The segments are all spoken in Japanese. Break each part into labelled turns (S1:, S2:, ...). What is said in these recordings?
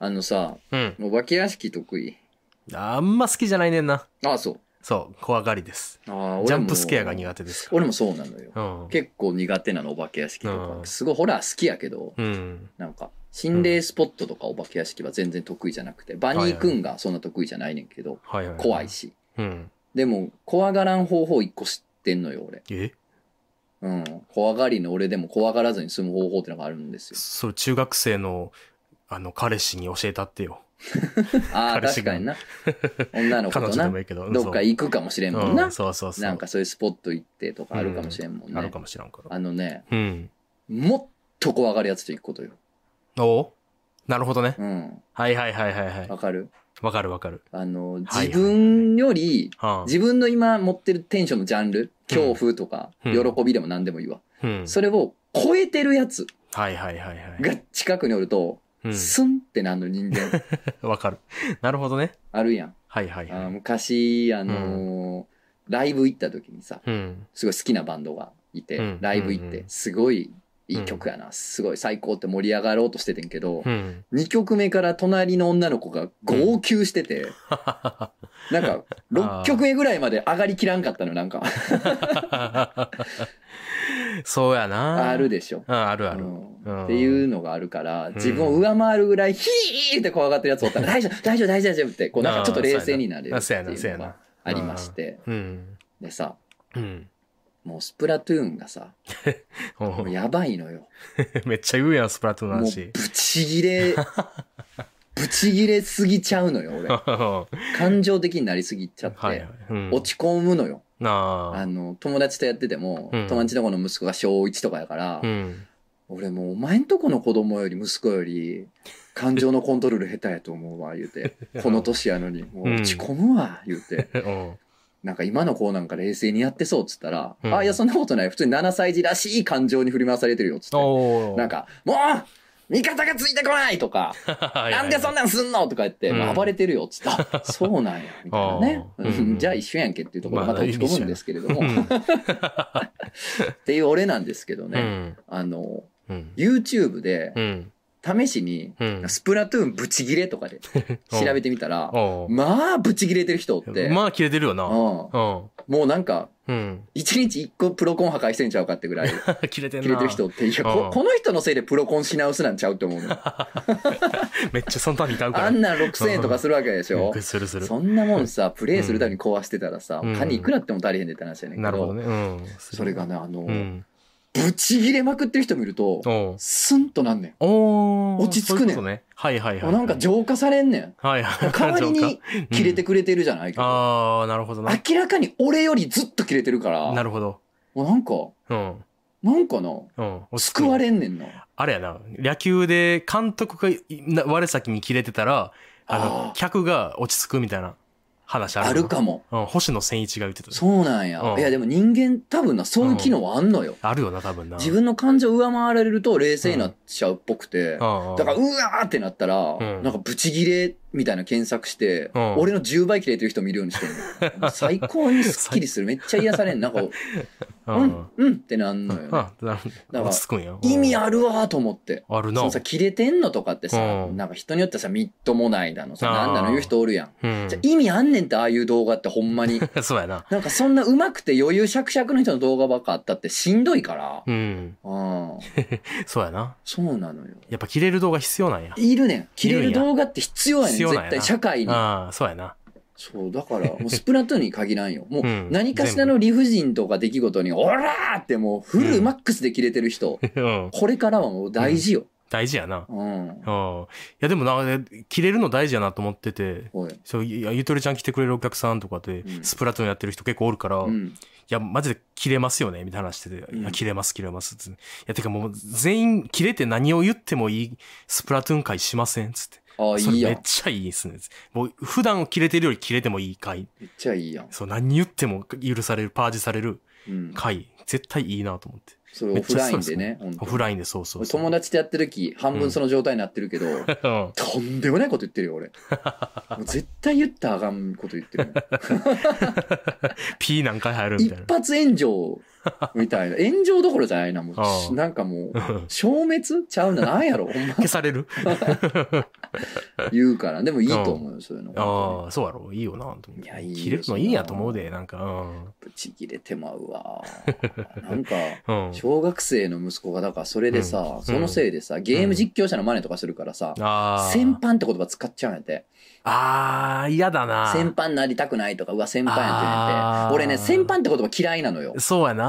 S1: あのさ、
S2: うん。
S1: お化け屋敷得意。
S2: あんま好きじゃないねんな。
S1: ああ、そう。
S2: そう、怖がりです。
S1: ああ、
S2: ジャンプスケアが苦
S1: 手。
S2: 手ですから。
S1: 俺もそうなのよ。
S2: うん。
S1: 結構苦手なの、お化け屋敷と
S2: う
S1: か。
S2: ん
S1: すごいホラー好きやけど、
S2: うん。
S1: なんか、心霊スポットとかお化け屋敷は全然得意じゃなくて、バニーくんがそんな得意じゃないねんけど、
S2: はいはい。
S1: 怖い。し。
S2: うん。
S1: でも、怖がらん方法一個知ってんのよ、俺。
S2: え
S1: うん。怖がりの俺でも怖がらずに済む方法ってのがあるんですよ。
S2: それ中学生の、あの、彼氏に教えたってよ。
S1: ああ、
S2: 彼氏
S1: 確
S2: が
S1: かにな。女の子
S2: 彼
S1: と
S2: 女で
S1: な
S2: もい、いけど。うん
S1: どっか行くかもしれんもん
S2: う
S1: な。
S2: そうそうそう。
S1: なんかそういうスポット行ってとかあるかもしれんもん
S2: ある
S1: ね
S2: か。もしらんから。
S1: あのね、
S2: うん。
S1: もっと怖がるやつと行くことよ。
S2: おなるほどね。
S1: うん。
S2: はいはいはいはいはい。
S1: わかる
S2: わかるわかる。
S1: あの、
S2: はいはい
S1: 自分より、
S2: はあ、
S1: 自分の今持ってるテンションのジャンル、恐怖とか、
S2: う
S1: 喜
S2: ん
S1: びでも何でもいいわ。
S2: うん。
S1: それを超えてるやつ
S2: はいはいはいはい。
S1: が近くにおると、
S2: う
S1: スンってなんの人間
S2: ん。わかる。なるほどね。
S1: あるや ん。
S2: はいはい
S1: あ
S2: は
S1: ー
S2: い。
S1: 昔、あのーライブ行った時にさ、
S2: うん。
S1: すごい好きなバンドがいて、
S2: うん
S1: ライブ行っ
S2: う
S1: て
S2: ん、
S1: すごいいい曲やな、すごい最高って盛り上がろうとしててんけど、
S2: うん。
S1: 2曲目から隣の女の子が号泣してて、なん か6曲目ぐらいまで上がりきらんかったのなんか
S2: そうやな。
S1: あるでしょ、
S2: うん、あるある。
S1: う
S2: うん
S1: ん、っていうのがあるから自分を上回るぐらいヒーって怖がってるやつ おったら大丈夫大丈夫大丈夫大丈夫ってこうなんかちょっと冷静になれる
S2: あー
S1: って
S2: そう
S1: い
S2: やな
S1: うのがありまして
S2: うん。
S1: でさ
S2: うん。
S1: もうスプラトゥーンがさもうやばいのよ
S2: めっちゃ言うやん、スプラトゥーンの
S1: もう
S2: 話。
S1: ブチギ レブチギレすぎちゃうのよ俺
S2: は
S1: 感情的になりすぎちゃって、
S2: いはい。うん
S1: 落ち込むのよ
S2: な
S1: あ
S2: あ。
S1: の、友達とやってても、
S2: うん
S1: 友達の子の息子が小1とかやから、
S2: うん。
S1: 俺もうお前んとこの子供より息子より、感情のコントロール下手やと思うわ、言う て。この年やのに、もう落ち込むわ、言うて。
S2: うん
S1: なんか今の子なんか冷静にやってそうっつったら、
S2: うん
S1: あ、いや、そんなことない。普通に7歳児らしい感情に振り回されてるよ、つって。
S2: おー
S1: なん、か、もう味方がついてこないとか、なんでそん
S2: な
S1: なんすんのとか言って、
S2: うん
S1: 暴れてるよ、つって、 あそうなんや、みたいなね。
S2: あー
S1: じゃあ一緒やんけっていうところで
S2: ま
S1: ま
S2: あ
S1: た落ち込むんですけれども。っていう俺なんですけど
S2: う
S1: ね、
S2: ん。
S1: あの
S2: うん。
S1: YouTube で
S2: うん。
S1: 試しに
S2: う
S1: 「
S2: ん
S1: スプラトゥーンブチギレ」と かで調べ
S2: て。
S1: てみたら
S2: おー
S1: まあブチギレてる人って、
S2: まあ、切れてるよ
S1: うん、
S2: な。
S1: も
S2: うん。
S1: うなんか
S2: うん。
S1: 1日1個プロコン破壊してんちゃうかってぐらい
S2: 切れてんな。
S1: 切れてる人っていや
S2: うん
S1: ここの人のせいでプロコンし直すなんちゃうって思うの
S2: めっちゃそのために歌うから。
S1: あんなん6000円とかするわけでしょ
S2: うんするする。
S1: そんなもんさプレイするために壊してたらさ
S2: うん
S1: 他にいくらあっても足りへんでって話やねん
S2: な
S1: け
S2: るほ
S1: ど
S2: どね。うん。
S1: それがねあ
S2: う
S1: の
S2: ん。
S1: ブチギレまくってる人見ると
S2: おう
S1: スンとなんねん
S2: おー
S1: 落ち着くね
S2: そういうことね。はいはいは
S1: も
S2: い。
S1: うなんか浄化されんねん
S2: はいはい。
S1: 代わりに切れて
S2: く
S1: くれてるじゃないけど、
S2: ああ、なるほどな。
S1: 明らかに俺よりずっと切れてるから
S2: なるほど。
S1: もうなんか
S2: うん。
S1: なんかな
S2: うん。落ち着く
S1: 救われんねんな
S2: あれやな。野球で監督がいな我先に切れてたら、あ
S1: あ
S2: の、
S1: ー
S2: 客が落ち着くみたいな話ある
S1: あ
S2: な
S1: る。かも
S2: うん。星野千一が言ってた。
S1: そうなんや、
S2: うん
S1: いやでも人間多分なそういう機能はあんのよ、
S2: あるよな、多分な。
S1: 自分の感情上回られると冷静になっちゃうっぽくて、
S2: うんうん
S1: だからうわーってなったら、
S2: うん
S1: なんかブチギレみたいな検索して、
S2: うん
S1: 俺の10倍切れてる人見るようにしてんのも う最高にスッキリするめっちゃ癒されんなんか
S2: う
S1: うんん。うんってなん
S2: う
S1: の
S2: ん
S1: よ、ね
S2: あなるほ
S1: ら
S2: ど落ち着くんよ。
S1: 意味
S2: あ
S1: あるわーと思って
S2: ある
S1: そ
S2: な
S1: の。さ、切れてんのとかってさ、
S2: うん
S1: なんか人によってさ、みっともないだのさ、
S2: あー
S1: なんだの言う人おるやん。
S2: うん
S1: じゃあ意味あんねんって、ああいう動画ってほんま に。
S2: そうやな。
S1: なんかそんな上手くて余裕しゃくしゃくの人の動画ばっかあったってしんどいから。
S2: うん。
S1: うん。
S2: そうやな。
S1: そうなのよ。
S2: やっぱ切れる動画必要なんや。
S1: いるねん。切れ
S2: いる
S1: る
S2: んや
S1: 動画って必要やねん、
S2: 必要なんや
S1: 絶
S2: な
S1: 対。社会に。
S2: ああ、そうやな。
S1: そう、だから、もうスプラトゥーンに限らんよ。もう
S2: うん
S1: 何かしらの理不尽とか出来事に、オラーってもうフルマックスで切れてる 人。
S2: うん。
S1: これからはもう大事よ。
S2: 大事やな。
S1: うん。
S2: ああ。いや、でもな、切れるの大事やなと思ってて、
S1: おい。
S2: そう、いやゆとりちゃん来てくれるお客さんとかで、
S1: うん
S2: スプラトゥーンやってる人結構おるから、
S1: う
S2: い
S1: ん。
S2: や、マジで切れますよね、みたいな話してて、
S1: ん
S2: いや、切れます、切れます、つって。いや、てかもう、全員切れて何を言ってもいい、スプラトゥーン会しません、つって。
S1: ああ、い
S2: それ
S1: いや
S2: め
S1: ん
S2: っ。ちゃいいですね。もう、普段切れてるより切れてもいい会。
S1: めっちゃいいやん。
S2: そう、何言っても許される、パージされる
S1: うん。
S2: 会。絶対いいなと思って。
S1: それ
S2: め
S1: オ
S2: っち
S1: フ
S2: ゃ
S1: ライ
S2: そう
S1: ン
S2: す
S1: でね。本当
S2: オフラインでそうそう
S1: 俺
S2: そう。
S1: 友達とやってる時、半分その状態になって るけど、
S2: うん
S1: とんでもないこと言ってるよ、 俺。もう絶対言ったらあかんこと言ってる。
S2: P 何回入るみ
S1: 一
S2: たいな。
S1: 発炎上みたいな。炎上どころじゃないな、も
S2: ああ
S1: う。なんかもう、
S2: うん
S1: 消滅ちゃうな、なんやろ、ほんま。
S2: 消される
S1: 言うから、でもいいと思うよ、そういうの。
S2: ああ、そうやろ。いいよな、と思って
S1: いやいいよ
S2: 切れるのいいんやと思うで、なんか、
S1: ブチ切れてまうわ。なんか、
S2: うん。うん。
S1: 小学生の息子が、だからそれでさ、
S2: ん
S1: そのせいでさ、ゲーム実況者の真似とかするからさ、
S2: ああ。
S1: 先輩って言葉使っちゃうんやて。
S2: ああ、嫌だな。
S1: 先輩になりたくないとか、うわ、先輩やって言
S2: あ
S1: う
S2: ー
S1: て。俺ね、先輩って言葉嫌いなのよ。
S2: そうや
S1: う
S2: な。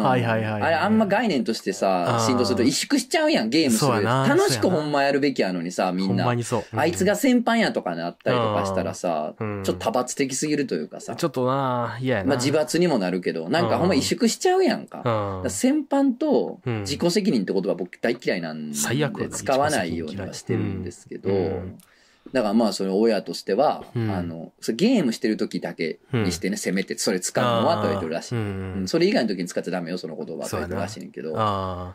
S1: ん。
S2: はいはいはい。
S1: あれ、あんま概念としてさ
S2: あ、ー
S1: 浸透すると萎縮しちゃうやん、ゲームする
S2: そうや
S1: や
S2: な
S1: つ。楽し
S2: そ
S1: く
S2: うや
S1: ほ
S2: なん
S1: まやるべきやのにさ、み
S2: ほ
S1: ん
S2: んま
S1: な。
S2: にそう。うん
S1: あいつが、先輩やとかなったりとかしたらさ、
S2: うん
S1: ちょっと多発的すぎるというかさ
S2: ち、ょっとな、嫌やな。
S1: まあ自罰にもなるけど、なんかほんま萎縮しちゃうやんか。だから先般と
S2: うん
S1: 自己責任って言葉僕大嫌いなんで
S2: 最悪やな
S1: 使わないようにはしてるんですけど、
S2: うんうん
S1: だからまあその親としては、
S2: うん
S1: あのそれゲームしてる時だけにしてね、せめてそれ使うのはと言ってるらしい、
S2: あーう
S1: うんんそれ以外の時に使っちゃダメよその言葉と言ってるらしいねんけど
S2: ああ。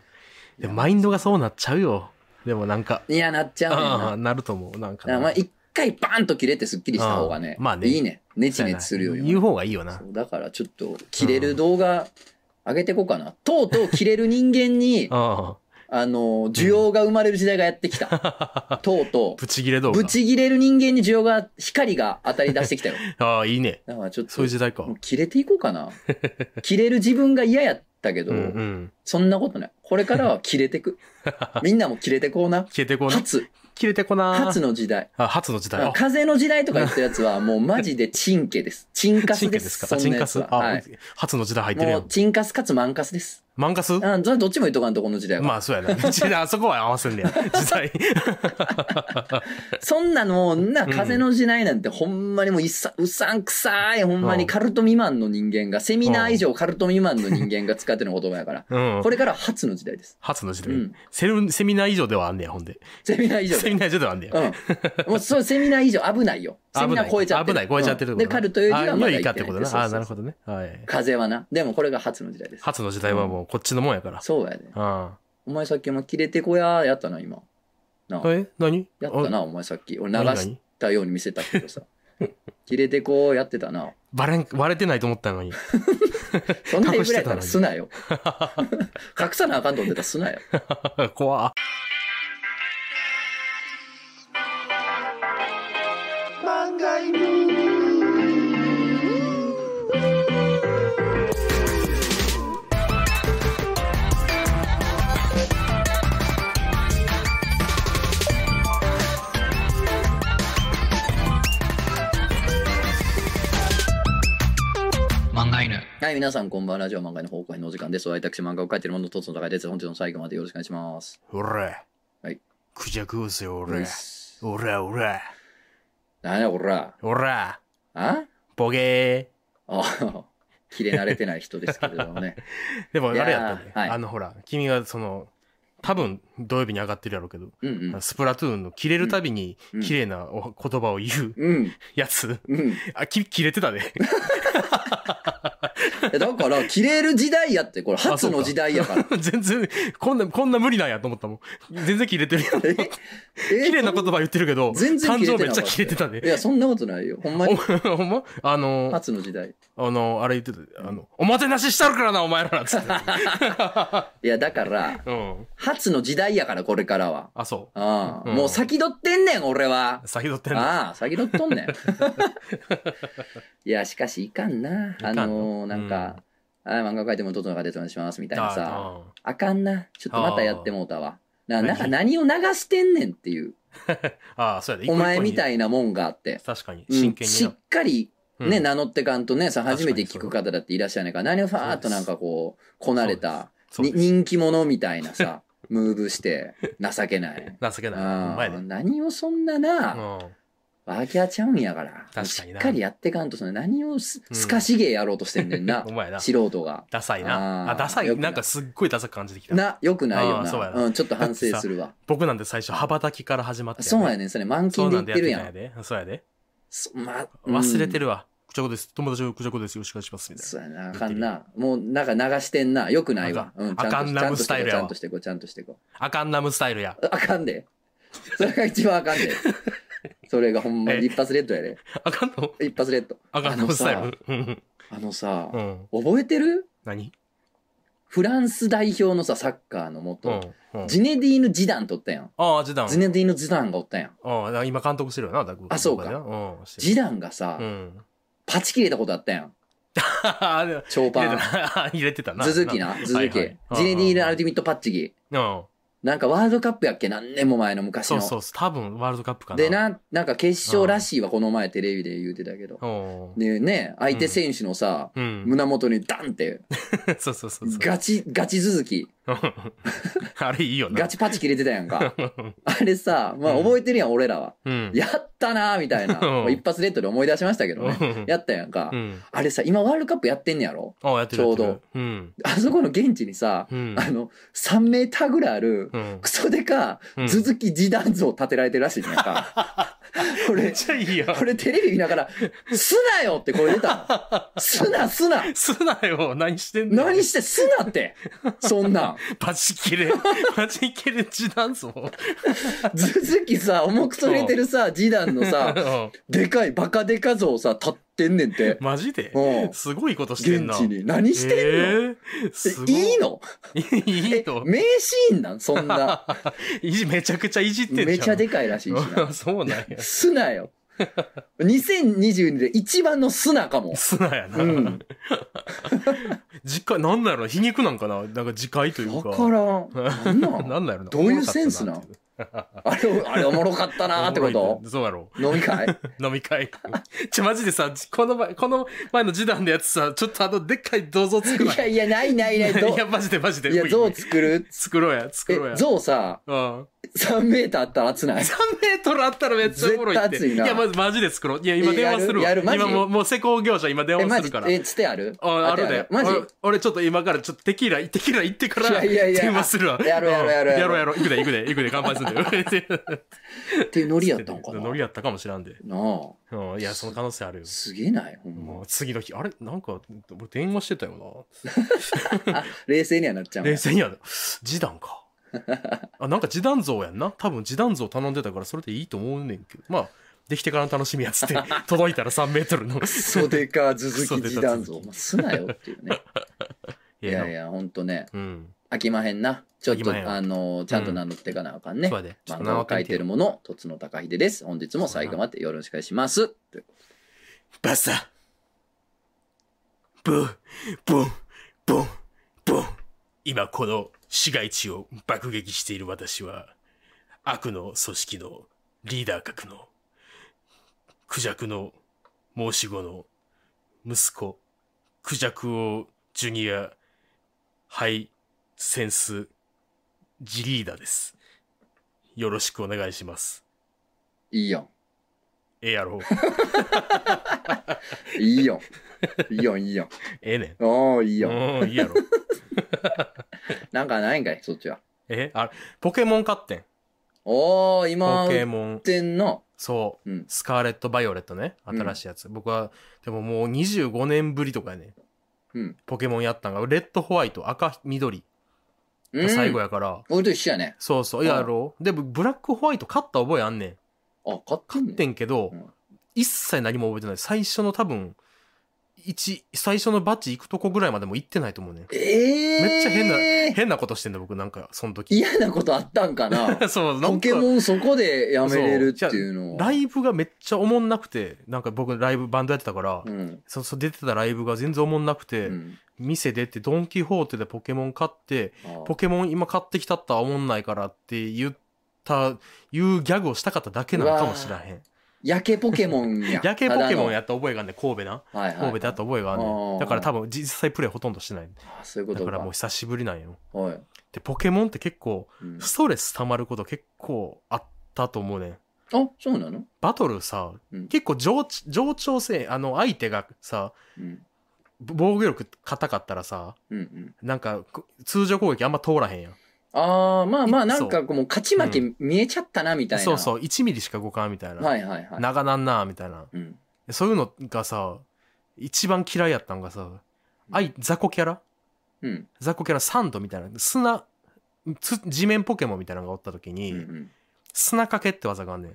S2: でもマインドがそうなっちゃうよ。でもなんか、
S1: いやなっちゃうねんな
S2: ああ、なると思う。なん
S1: だから
S2: か。
S1: まあ一回バーンと切れてすっきりした方がね,、
S2: うんまあね
S1: いいねネチネチするより
S2: 言う
S1: も
S2: 方がいいよな
S1: そ。うだからちょっと切れる動画上げてこうかな、とうとう切れる人間に
S2: あ
S1: あの、需要が生まれる時代がやってき た。
S2: あ。
S1: とうと
S2: ぶち切れ
S1: う。
S2: 動画
S1: ぶ。ち切れる人間に需要が、光が当たり出してきた よ。
S2: ああ、いいね。
S1: だからちょっと
S2: そういう、時代か
S1: もう。切れていこうかな。切れる自分が嫌やったけど、
S2: うんうん。
S1: そんなことない。これからは切れて く。みんなも切れてこうな。
S2: 消えてこな。
S1: 初、
S2: 切れてこな。
S1: 初の時代。
S2: あ、初の時代。あ
S1: 風の時代とか言ってるやつ は、もうマジでチンケです。チンカ
S2: チ
S1: ス
S2: ンケ
S1: で
S2: です
S1: す。
S2: か
S1: そ
S2: あチ
S1: ん
S2: ン
S1: なや
S2: カ
S1: つ
S2: ス
S1: は
S2: あ、
S1: はい。
S2: 初の時代入ってる
S1: も
S2: や。
S1: うんチンカスかつマンカスです。
S2: 漫画数
S1: うん、それどっちも言っとかんと、この時代は。
S2: まあそうやな。時代あそこは合わせんねや。時 代。
S1: そんなの、な、
S2: うん
S1: 風の時代なんて、ほんまにもういっさ、うさんくさい、ほんま
S2: う
S1: に
S2: ん、
S1: カルト未満の人間が、セミナー以上カルト未満の人間が使ってる言葉やから
S2: うん
S1: こ。れから初の時代です。
S2: 初の時
S1: う
S2: 代。
S1: ん。
S2: セルセミナー以上ではあんねや、ほんで。
S1: セミナー以上
S2: セ
S1: で。
S2: ミナー以上ではあんねや。
S1: うん。もう、そう、セミナー以上危ないよ。セミナー超えちゃってる。
S2: 危ない、超えちゃってる
S1: う
S2: っ
S1: ん
S2: て
S1: で、
S2: こと
S1: カ
S2: ね。
S1: ルトよりはま
S2: あ
S1: だ
S2: よ
S1: い
S2: りかってことね。ああ、なる
S1: ど。
S2: ほどね。はい。
S1: 風はな。でもこれが初の時代です。
S2: 初の時代はもうこっちのもんやから。
S1: そうやで。
S2: あ
S1: お前さっきも切れてこやーやったな、今。な
S2: あ。え何
S1: やった
S2: あ
S1: な、お前さっき。俺流
S2: 何
S1: し
S2: 何
S1: たように見せたけど さ。切れてこうやってたな。
S2: バレん、割れてないと思ったのに。
S1: そんなにぐらいやったらすなよ。隠さなあかんと思ってたらすなよ。
S2: 怖っ
S1: はい、皆さんこんばんは。ラジオ漫画の方向へのお時間です。お相手私漫画を描いているものとつの高いです。本日の最後までよろしくお願いします。
S2: 俺。
S1: はい。
S2: クジャクをせ俺
S1: うっ。す
S2: 俺、俺。
S1: なんやこら。
S2: 俺。
S1: あ
S2: ボゲ
S1: あ、切れ慣れてない人ですけれどもね。
S2: ー。でもあ
S1: いやー
S2: れやったね。
S1: はい
S2: あのほら、君がその、多分土曜日に上がってるやろうけど、
S1: うんうん。
S2: スプラトゥーンの切れるたびに
S1: うん
S2: 綺麗なお言葉を言う
S1: うん、
S2: やつ。
S1: うん。
S2: あ、き、切れてたね。
S1: えだから、切れる時代やって、これ、初の時代やから。
S2: 全然、こんな、こんな無理なんやと思ったもん。全然切れてるやん。
S1: ええ
S2: 綺麗な言葉言ってるけど、
S1: 全然
S2: 感
S1: 切れ
S2: 情
S1: て
S2: め
S1: な
S2: っ
S1: か
S2: ち
S1: た
S2: ゃ切れてたね
S1: い。や、そんなことないよ。ほんま
S2: お
S1: に、
S2: ほんまあのー、
S1: 初の時代。
S2: あのー、あれ言ってた、あの、おもてなししたるからな、お前 ら、つって。
S1: いや、だから、
S2: うん。
S1: 初の時代やから、これからは。
S2: あ、そ
S1: ああ、
S2: うん
S1: もう先取ってんねん、俺は
S2: う。。先取ってんの。
S1: ああ、先取っと んねん。いや、しかし、いかんな。
S2: か
S1: あ
S2: んの
S1: のー、なんか、ああ漫画描いてもどの中でお願いします、みたいなさ。あかんな。ちょっとまたやってもうたわ。な、なんか何を流してんねんっていう。
S2: ああ、そうやで。
S1: お前みた
S2: い。
S1: いなもんがあって。
S2: 確かに。
S1: うん
S2: 真剣に
S1: し
S2: な
S1: っ。かりね、
S2: うん
S1: 名乗ってかんとね、さ、
S2: 確か
S1: 初
S2: に
S1: めて聞く方だっていらっしゃるねんから、何をファーっとなんかこう、こなれた、
S2: そう
S1: に
S2: です。
S1: 人気者みたいなさ、ムーブして、情け ない。
S2: 情けない。
S1: あ
S2: お前で。
S1: あ
S2: うん。
S1: 何をそんなな、ワーキャーちゃうんやから。
S2: かにな
S1: しっかりやってかんと、その何をす
S2: うん
S1: すかし芸やろうとしてんねん な
S2: お。前な。
S1: 素人が。
S2: ダサいな。
S1: あー
S2: あ、ダサ
S1: よ
S2: い。
S1: くな
S2: ないんかすっごいダサく感じてきた。
S1: な、よくないよ
S2: あーそうや
S1: な。
S2: な
S1: うん、ちょっと反省す るわ。
S2: 僕なんて最初、羽ばたきから始まって。
S1: そうやねん、それ満
S2: そ
S1: 勤
S2: う
S1: で言
S2: なん
S1: っ
S2: で
S1: て
S2: やって
S1: る
S2: た
S1: や
S2: んや
S1: ん。
S2: で。そうやで。
S1: そま
S2: 忘れて
S1: る。
S2: るわ。くちゃこです。友達のくちゃこです。よろしくお願いします。みたい
S1: そうやな、あかんな。もうなんか流してんな。よくないわ。
S2: あかん
S1: うん、ちゃんと
S2: あかんラブスタイル
S1: ち
S2: やわ
S1: ゃんとしてこう、ちゃんとしてこ
S2: な。アカンナムスタイルや。
S1: う。あかんで。 それが一番あかんで。それがほんまに一発レッドやで。
S2: アカンの
S1: 一発レッド。
S2: アカンナムスタイル。うん
S1: あのさ
S2: う、ん。
S1: 覚えてる
S2: 何
S1: フランス代表のさ、サッカーの元、
S2: うんうん
S1: ジネディーヌ・ジダンとったやん。
S2: ああ、ジダン。
S1: ジネディーヌ・ジダンがおったやん。
S2: うんだから今監督してるよな、だ
S1: あそうか
S2: だらうん。してる
S1: ジダンがさ、
S2: うん。
S1: パチ切れたことあったやん。
S2: あでも
S1: 超
S2: 入
S1: パ
S2: れ
S1: ン
S2: て。た 入れてたな。
S1: ズズキな、ズズキ。
S2: はいはいうん
S1: ジネディーヌ・アルティミット・パッチギ。
S2: な。うん。
S1: なんかワールドカップやっけ何年も前の昔
S2: そ
S1: の。
S2: うそうそう、多分ワールドカップかな。
S1: でな、なんか決勝らしいわ、この前テレビで言うてたけど。
S2: うん。
S1: でね、相手選手のさ、
S2: うん。
S1: 胸元にダンって、
S2: そうそうそ うそう。
S1: ガチ、ガチ続き、
S2: あれいいよな。
S1: ガチパチ切れてたやんか。あれさ、まあ覚えてるやん、俺らは。
S2: うん。
S1: やったなーみたいな。
S2: ん
S1: まあ一発レッドで思い出しましたけどね。やったやんか
S2: う。ん。
S1: あれさ、今ワールドカップやってんねやろ
S2: ああ、やってる。
S1: ちょうど
S2: やってる。うん。
S1: あそこの現地にさ、
S2: うん
S1: あの、3メーターぐらいある、
S2: うん
S1: ク。ソデカ、
S2: うん
S1: 続き示談像建てられてるらしいねんか。 こ
S2: めっ
S1: れ、
S2: ちゃいいやん。
S1: これテレビ見ながら、すなよって声出た。すな、すな。
S2: すなよ、何してんの
S1: 何してすなって。そんなん。
S2: バチ切 れ。バチ切れ時短ぞ。
S1: 続きさ、重くそれてるさ、示談のさ、でかい、バカでか像さ、立ってんねんて。
S2: マジで
S1: うん。
S2: すごいことして
S1: 現
S2: んな。
S1: 地に。何してんの、
S2: えーすご
S1: えいいの
S2: いいいと
S1: え。名シーンなんそん な。
S2: いじめちゃくちゃいじってんじゃん。。
S1: めちゃでかいらしいしな
S2: そ うなんや。
S1: すなよ。2022で一番のすなかも。
S2: すなやな。
S1: うん。
S2: 次回、なんだろう皮肉なんかななんか次回というか。
S1: わからん。なんなん
S2: なんだろうな。
S1: どういうセンスなん
S2: おもろか
S1: あれ、あれおもろかった
S2: った
S1: なー
S2: な
S1: っ
S2: ってて
S1: こ
S2: こと とそうやろ。
S1: 飲み会
S2: 飲み会。ちょ、マジでさ、この前、この前の時短のやつさ、ちょっとあの、でっか い銅像作
S1: い
S2: ら
S1: やいや、ないないない。ど
S2: いや、マジでマジで。
S1: いや、
S2: お
S1: 象作る
S2: 作ろうや、作ろう
S1: え、
S2: や。
S1: 象さ、
S2: うん。
S1: 3メーターあったら熱ない。
S2: 3メートルあったらめっちゃおもろいって。
S1: 絶対熱いない
S2: や、まずマジで作ろう。いや、今
S1: え
S2: 電話するわ。
S1: やるやるマジ
S2: 今もう、もう施工業者今電
S1: え、
S2: 話
S1: マ
S2: する
S1: ジ
S2: から。
S1: え、つてある
S2: あ、ある
S1: て
S2: で。
S1: マジ
S2: 俺俺ちょっと今からちょっとテキーラ、テキーラ行ってから、
S1: いやいやいや
S2: 電話するわ。
S1: やろうやろうやろう
S2: やろうやろう。行くで行くで行くで乾杯す るで。
S1: っていうノリやったんかな
S2: ノリやったかもしらんで。
S1: なあ。
S2: うん、いや、その可能性あるよ。
S1: すげえないほん
S2: も
S1: ま
S2: う。次の日、あれなんか、俺電話してたよ
S1: あ、冷静にはなっちゃ
S2: な。
S1: うもん
S2: 冷。静にや、示 談か。あ、なんか示談像やんな。多分示談像頼んでたから、それでいいと思うねんけど。まあ、できてからの楽しみや つって、届いたら3メートルの。
S1: ソデカ続き時短
S2: クソデカ続
S1: 像
S2: き。
S1: まあすなよっていうね。いやい
S2: や。
S1: や、ほんとね。
S2: うん。
S1: 飽きまへんな。ちょっ
S2: 飽き
S1: と、
S2: まへんわ
S1: あのー、ちゃんと名乗ってかなあかんね。
S2: そうやで。ちょ
S1: 漫
S2: っと
S1: 画
S2: 名
S1: を書いてるもの、とつの高秀です。本日も最後までよろしくお願いします。という
S2: バサブン、ブン、ブン、ブン。今この市街地を爆撃している私は、悪の組織のリーダー格の、クジャクの申し子の息子、クジャクをジュニア、ハイ、センス、ジリーダーです。よろしくお願いします。
S1: いいよ。
S2: ええやろう。
S1: いい よ。いいよ、いいよ。
S2: ええね
S1: おー、いい
S2: ん。
S1: よ。
S2: うん、いいやろ。
S1: なんかないんかい、そっちは。
S2: えあポケモン買ってん。
S1: おー、今、
S2: ポケ
S1: 売っ
S2: モン。
S1: てんの。
S2: そう。
S1: うん。
S2: スカーレット・バイオレットね。新しいやつ。僕は、でももう25年ぶりとかやね。
S1: うん。
S2: ポケモンやったんが、レッド・ホワイト、赤、緑
S1: う
S2: が
S1: ん。
S2: 最後やから。
S1: 俺と一緒やね。
S2: そうそう。いやろう。でも、ブラック・ホワイト買った覚えあんねん。
S1: あ、買って
S2: 買
S1: ん
S2: っ
S1: ね
S2: てんけど、
S1: うん
S2: 一切何も覚えてない。最初の多分、一、最初のバチ行くとこぐらいまでも行ってないと思うねん。
S1: えー、
S2: めっちゃ変な
S1: な。
S2: 変なことしてんだ、僕なんか、その時。
S1: 嫌なことあったんかな
S2: そう、 なんか
S1: ポケモンそこでやめれるっていうの
S2: ライブがめっちゃおもんなくて、なんか僕ライブバンドやってたから、
S1: うん。
S2: そそ出てたライブが全然おもんなくて、
S1: うん。
S2: 店出てドン・キホーテでポケモン買って、
S1: あー
S2: ポケモン今買ってきたったらおもんないからって言った、いうギャグをしたかっただけなのかもしらへん。。
S1: 焼けポケモンや
S2: 夜景ポケモンやった覚えがあんねん、神戸な。
S1: ただの。はいはい。
S2: 神戸であった覚えがあん
S1: あ
S2: ね
S1: ー
S2: ん。だから多分実際プレイほとんどしてない。
S1: あそういうこ
S2: だ
S1: と
S2: か
S1: か。
S2: らもう久しぶりなんよ。
S1: はい。
S2: で、ポケモンって結構、
S1: うん
S2: ストレス溜まること結構あったと思うねん。
S1: あ、そうなの
S2: バトルさ、
S1: うん
S2: 結構上ち上調性、あの、相手がさ、
S1: うん。
S2: 防御力硬かったらさ、
S1: うんうん。
S2: なんか、こ通常攻撃あんま通らへんやん。
S1: ああ、まあまあ、なんかこう、もう勝ち負
S2: う
S1: け見えちゃったな、みたいな。
S2: そうそう、1ミリしか動かんみたいな。
S1: はいはいはい。
S2: 長なんな、みたいな。
S1: うん。
S2: そういうのがさ、一番嫌いやったんがさ、
S1: ん
S2: あい、雑魚キャラ
S1: うん。
S2: 雑魚キャラサンドみたいな、砂、つ地面ポケモンみたいなのがおった時
S1: う
S2: に、
S1: んうん。
S2: 砂かけって技があんねん。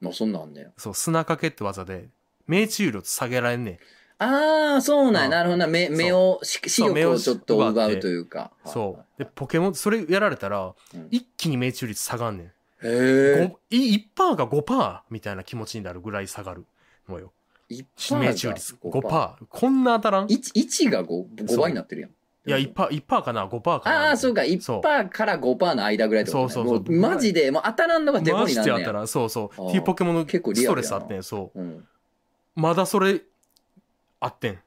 S1: まあ、そんなんあんねよ。
S2: そう、砂かけって技で、命中率下げられんねん。
S1: ああ、そうなん
S2: う
S1: や。
S2: ん
S1: なるほどな。目、目を、し視
S2: そう目
S1: 力
S2: を
S1: をちょっと奪
S2: 奪っ
S1: う
S2: て
S1: というか。
S2: そう。で、ポケモン、それやられたら、
S1: うん
S2: 一気に命中率下がんねん。
S1: う。へえ。
S2: ごい1%が5%みたいな気持ちになるぐらい下がるのよ。
S1: 一
S2: 命中率5%。こんな当たらんい
S1: 一一が五五倍になってるやん。
S2: や、1%、1%かな、5%かな。
S1: ああ、そうか。一
S2: そう
S1: パーから五パーの間ぐらいってことか、ね。
S2: そうそうそう
S1: もマジで、もう当たらんのがデモ
S2: マ
S1: に
S2: ジ
S1: な
S2: で
S1: んね
S2: 当
S1: や
S2: たらん。そうそう。
S1: あー
S2: っていうポケモンの
S1: 結構リアル
S2: ス
S1: や
S2: ト
S1: な
S2: レスあってん、そう。
S1: うん。
S2: まだそれ、あってん。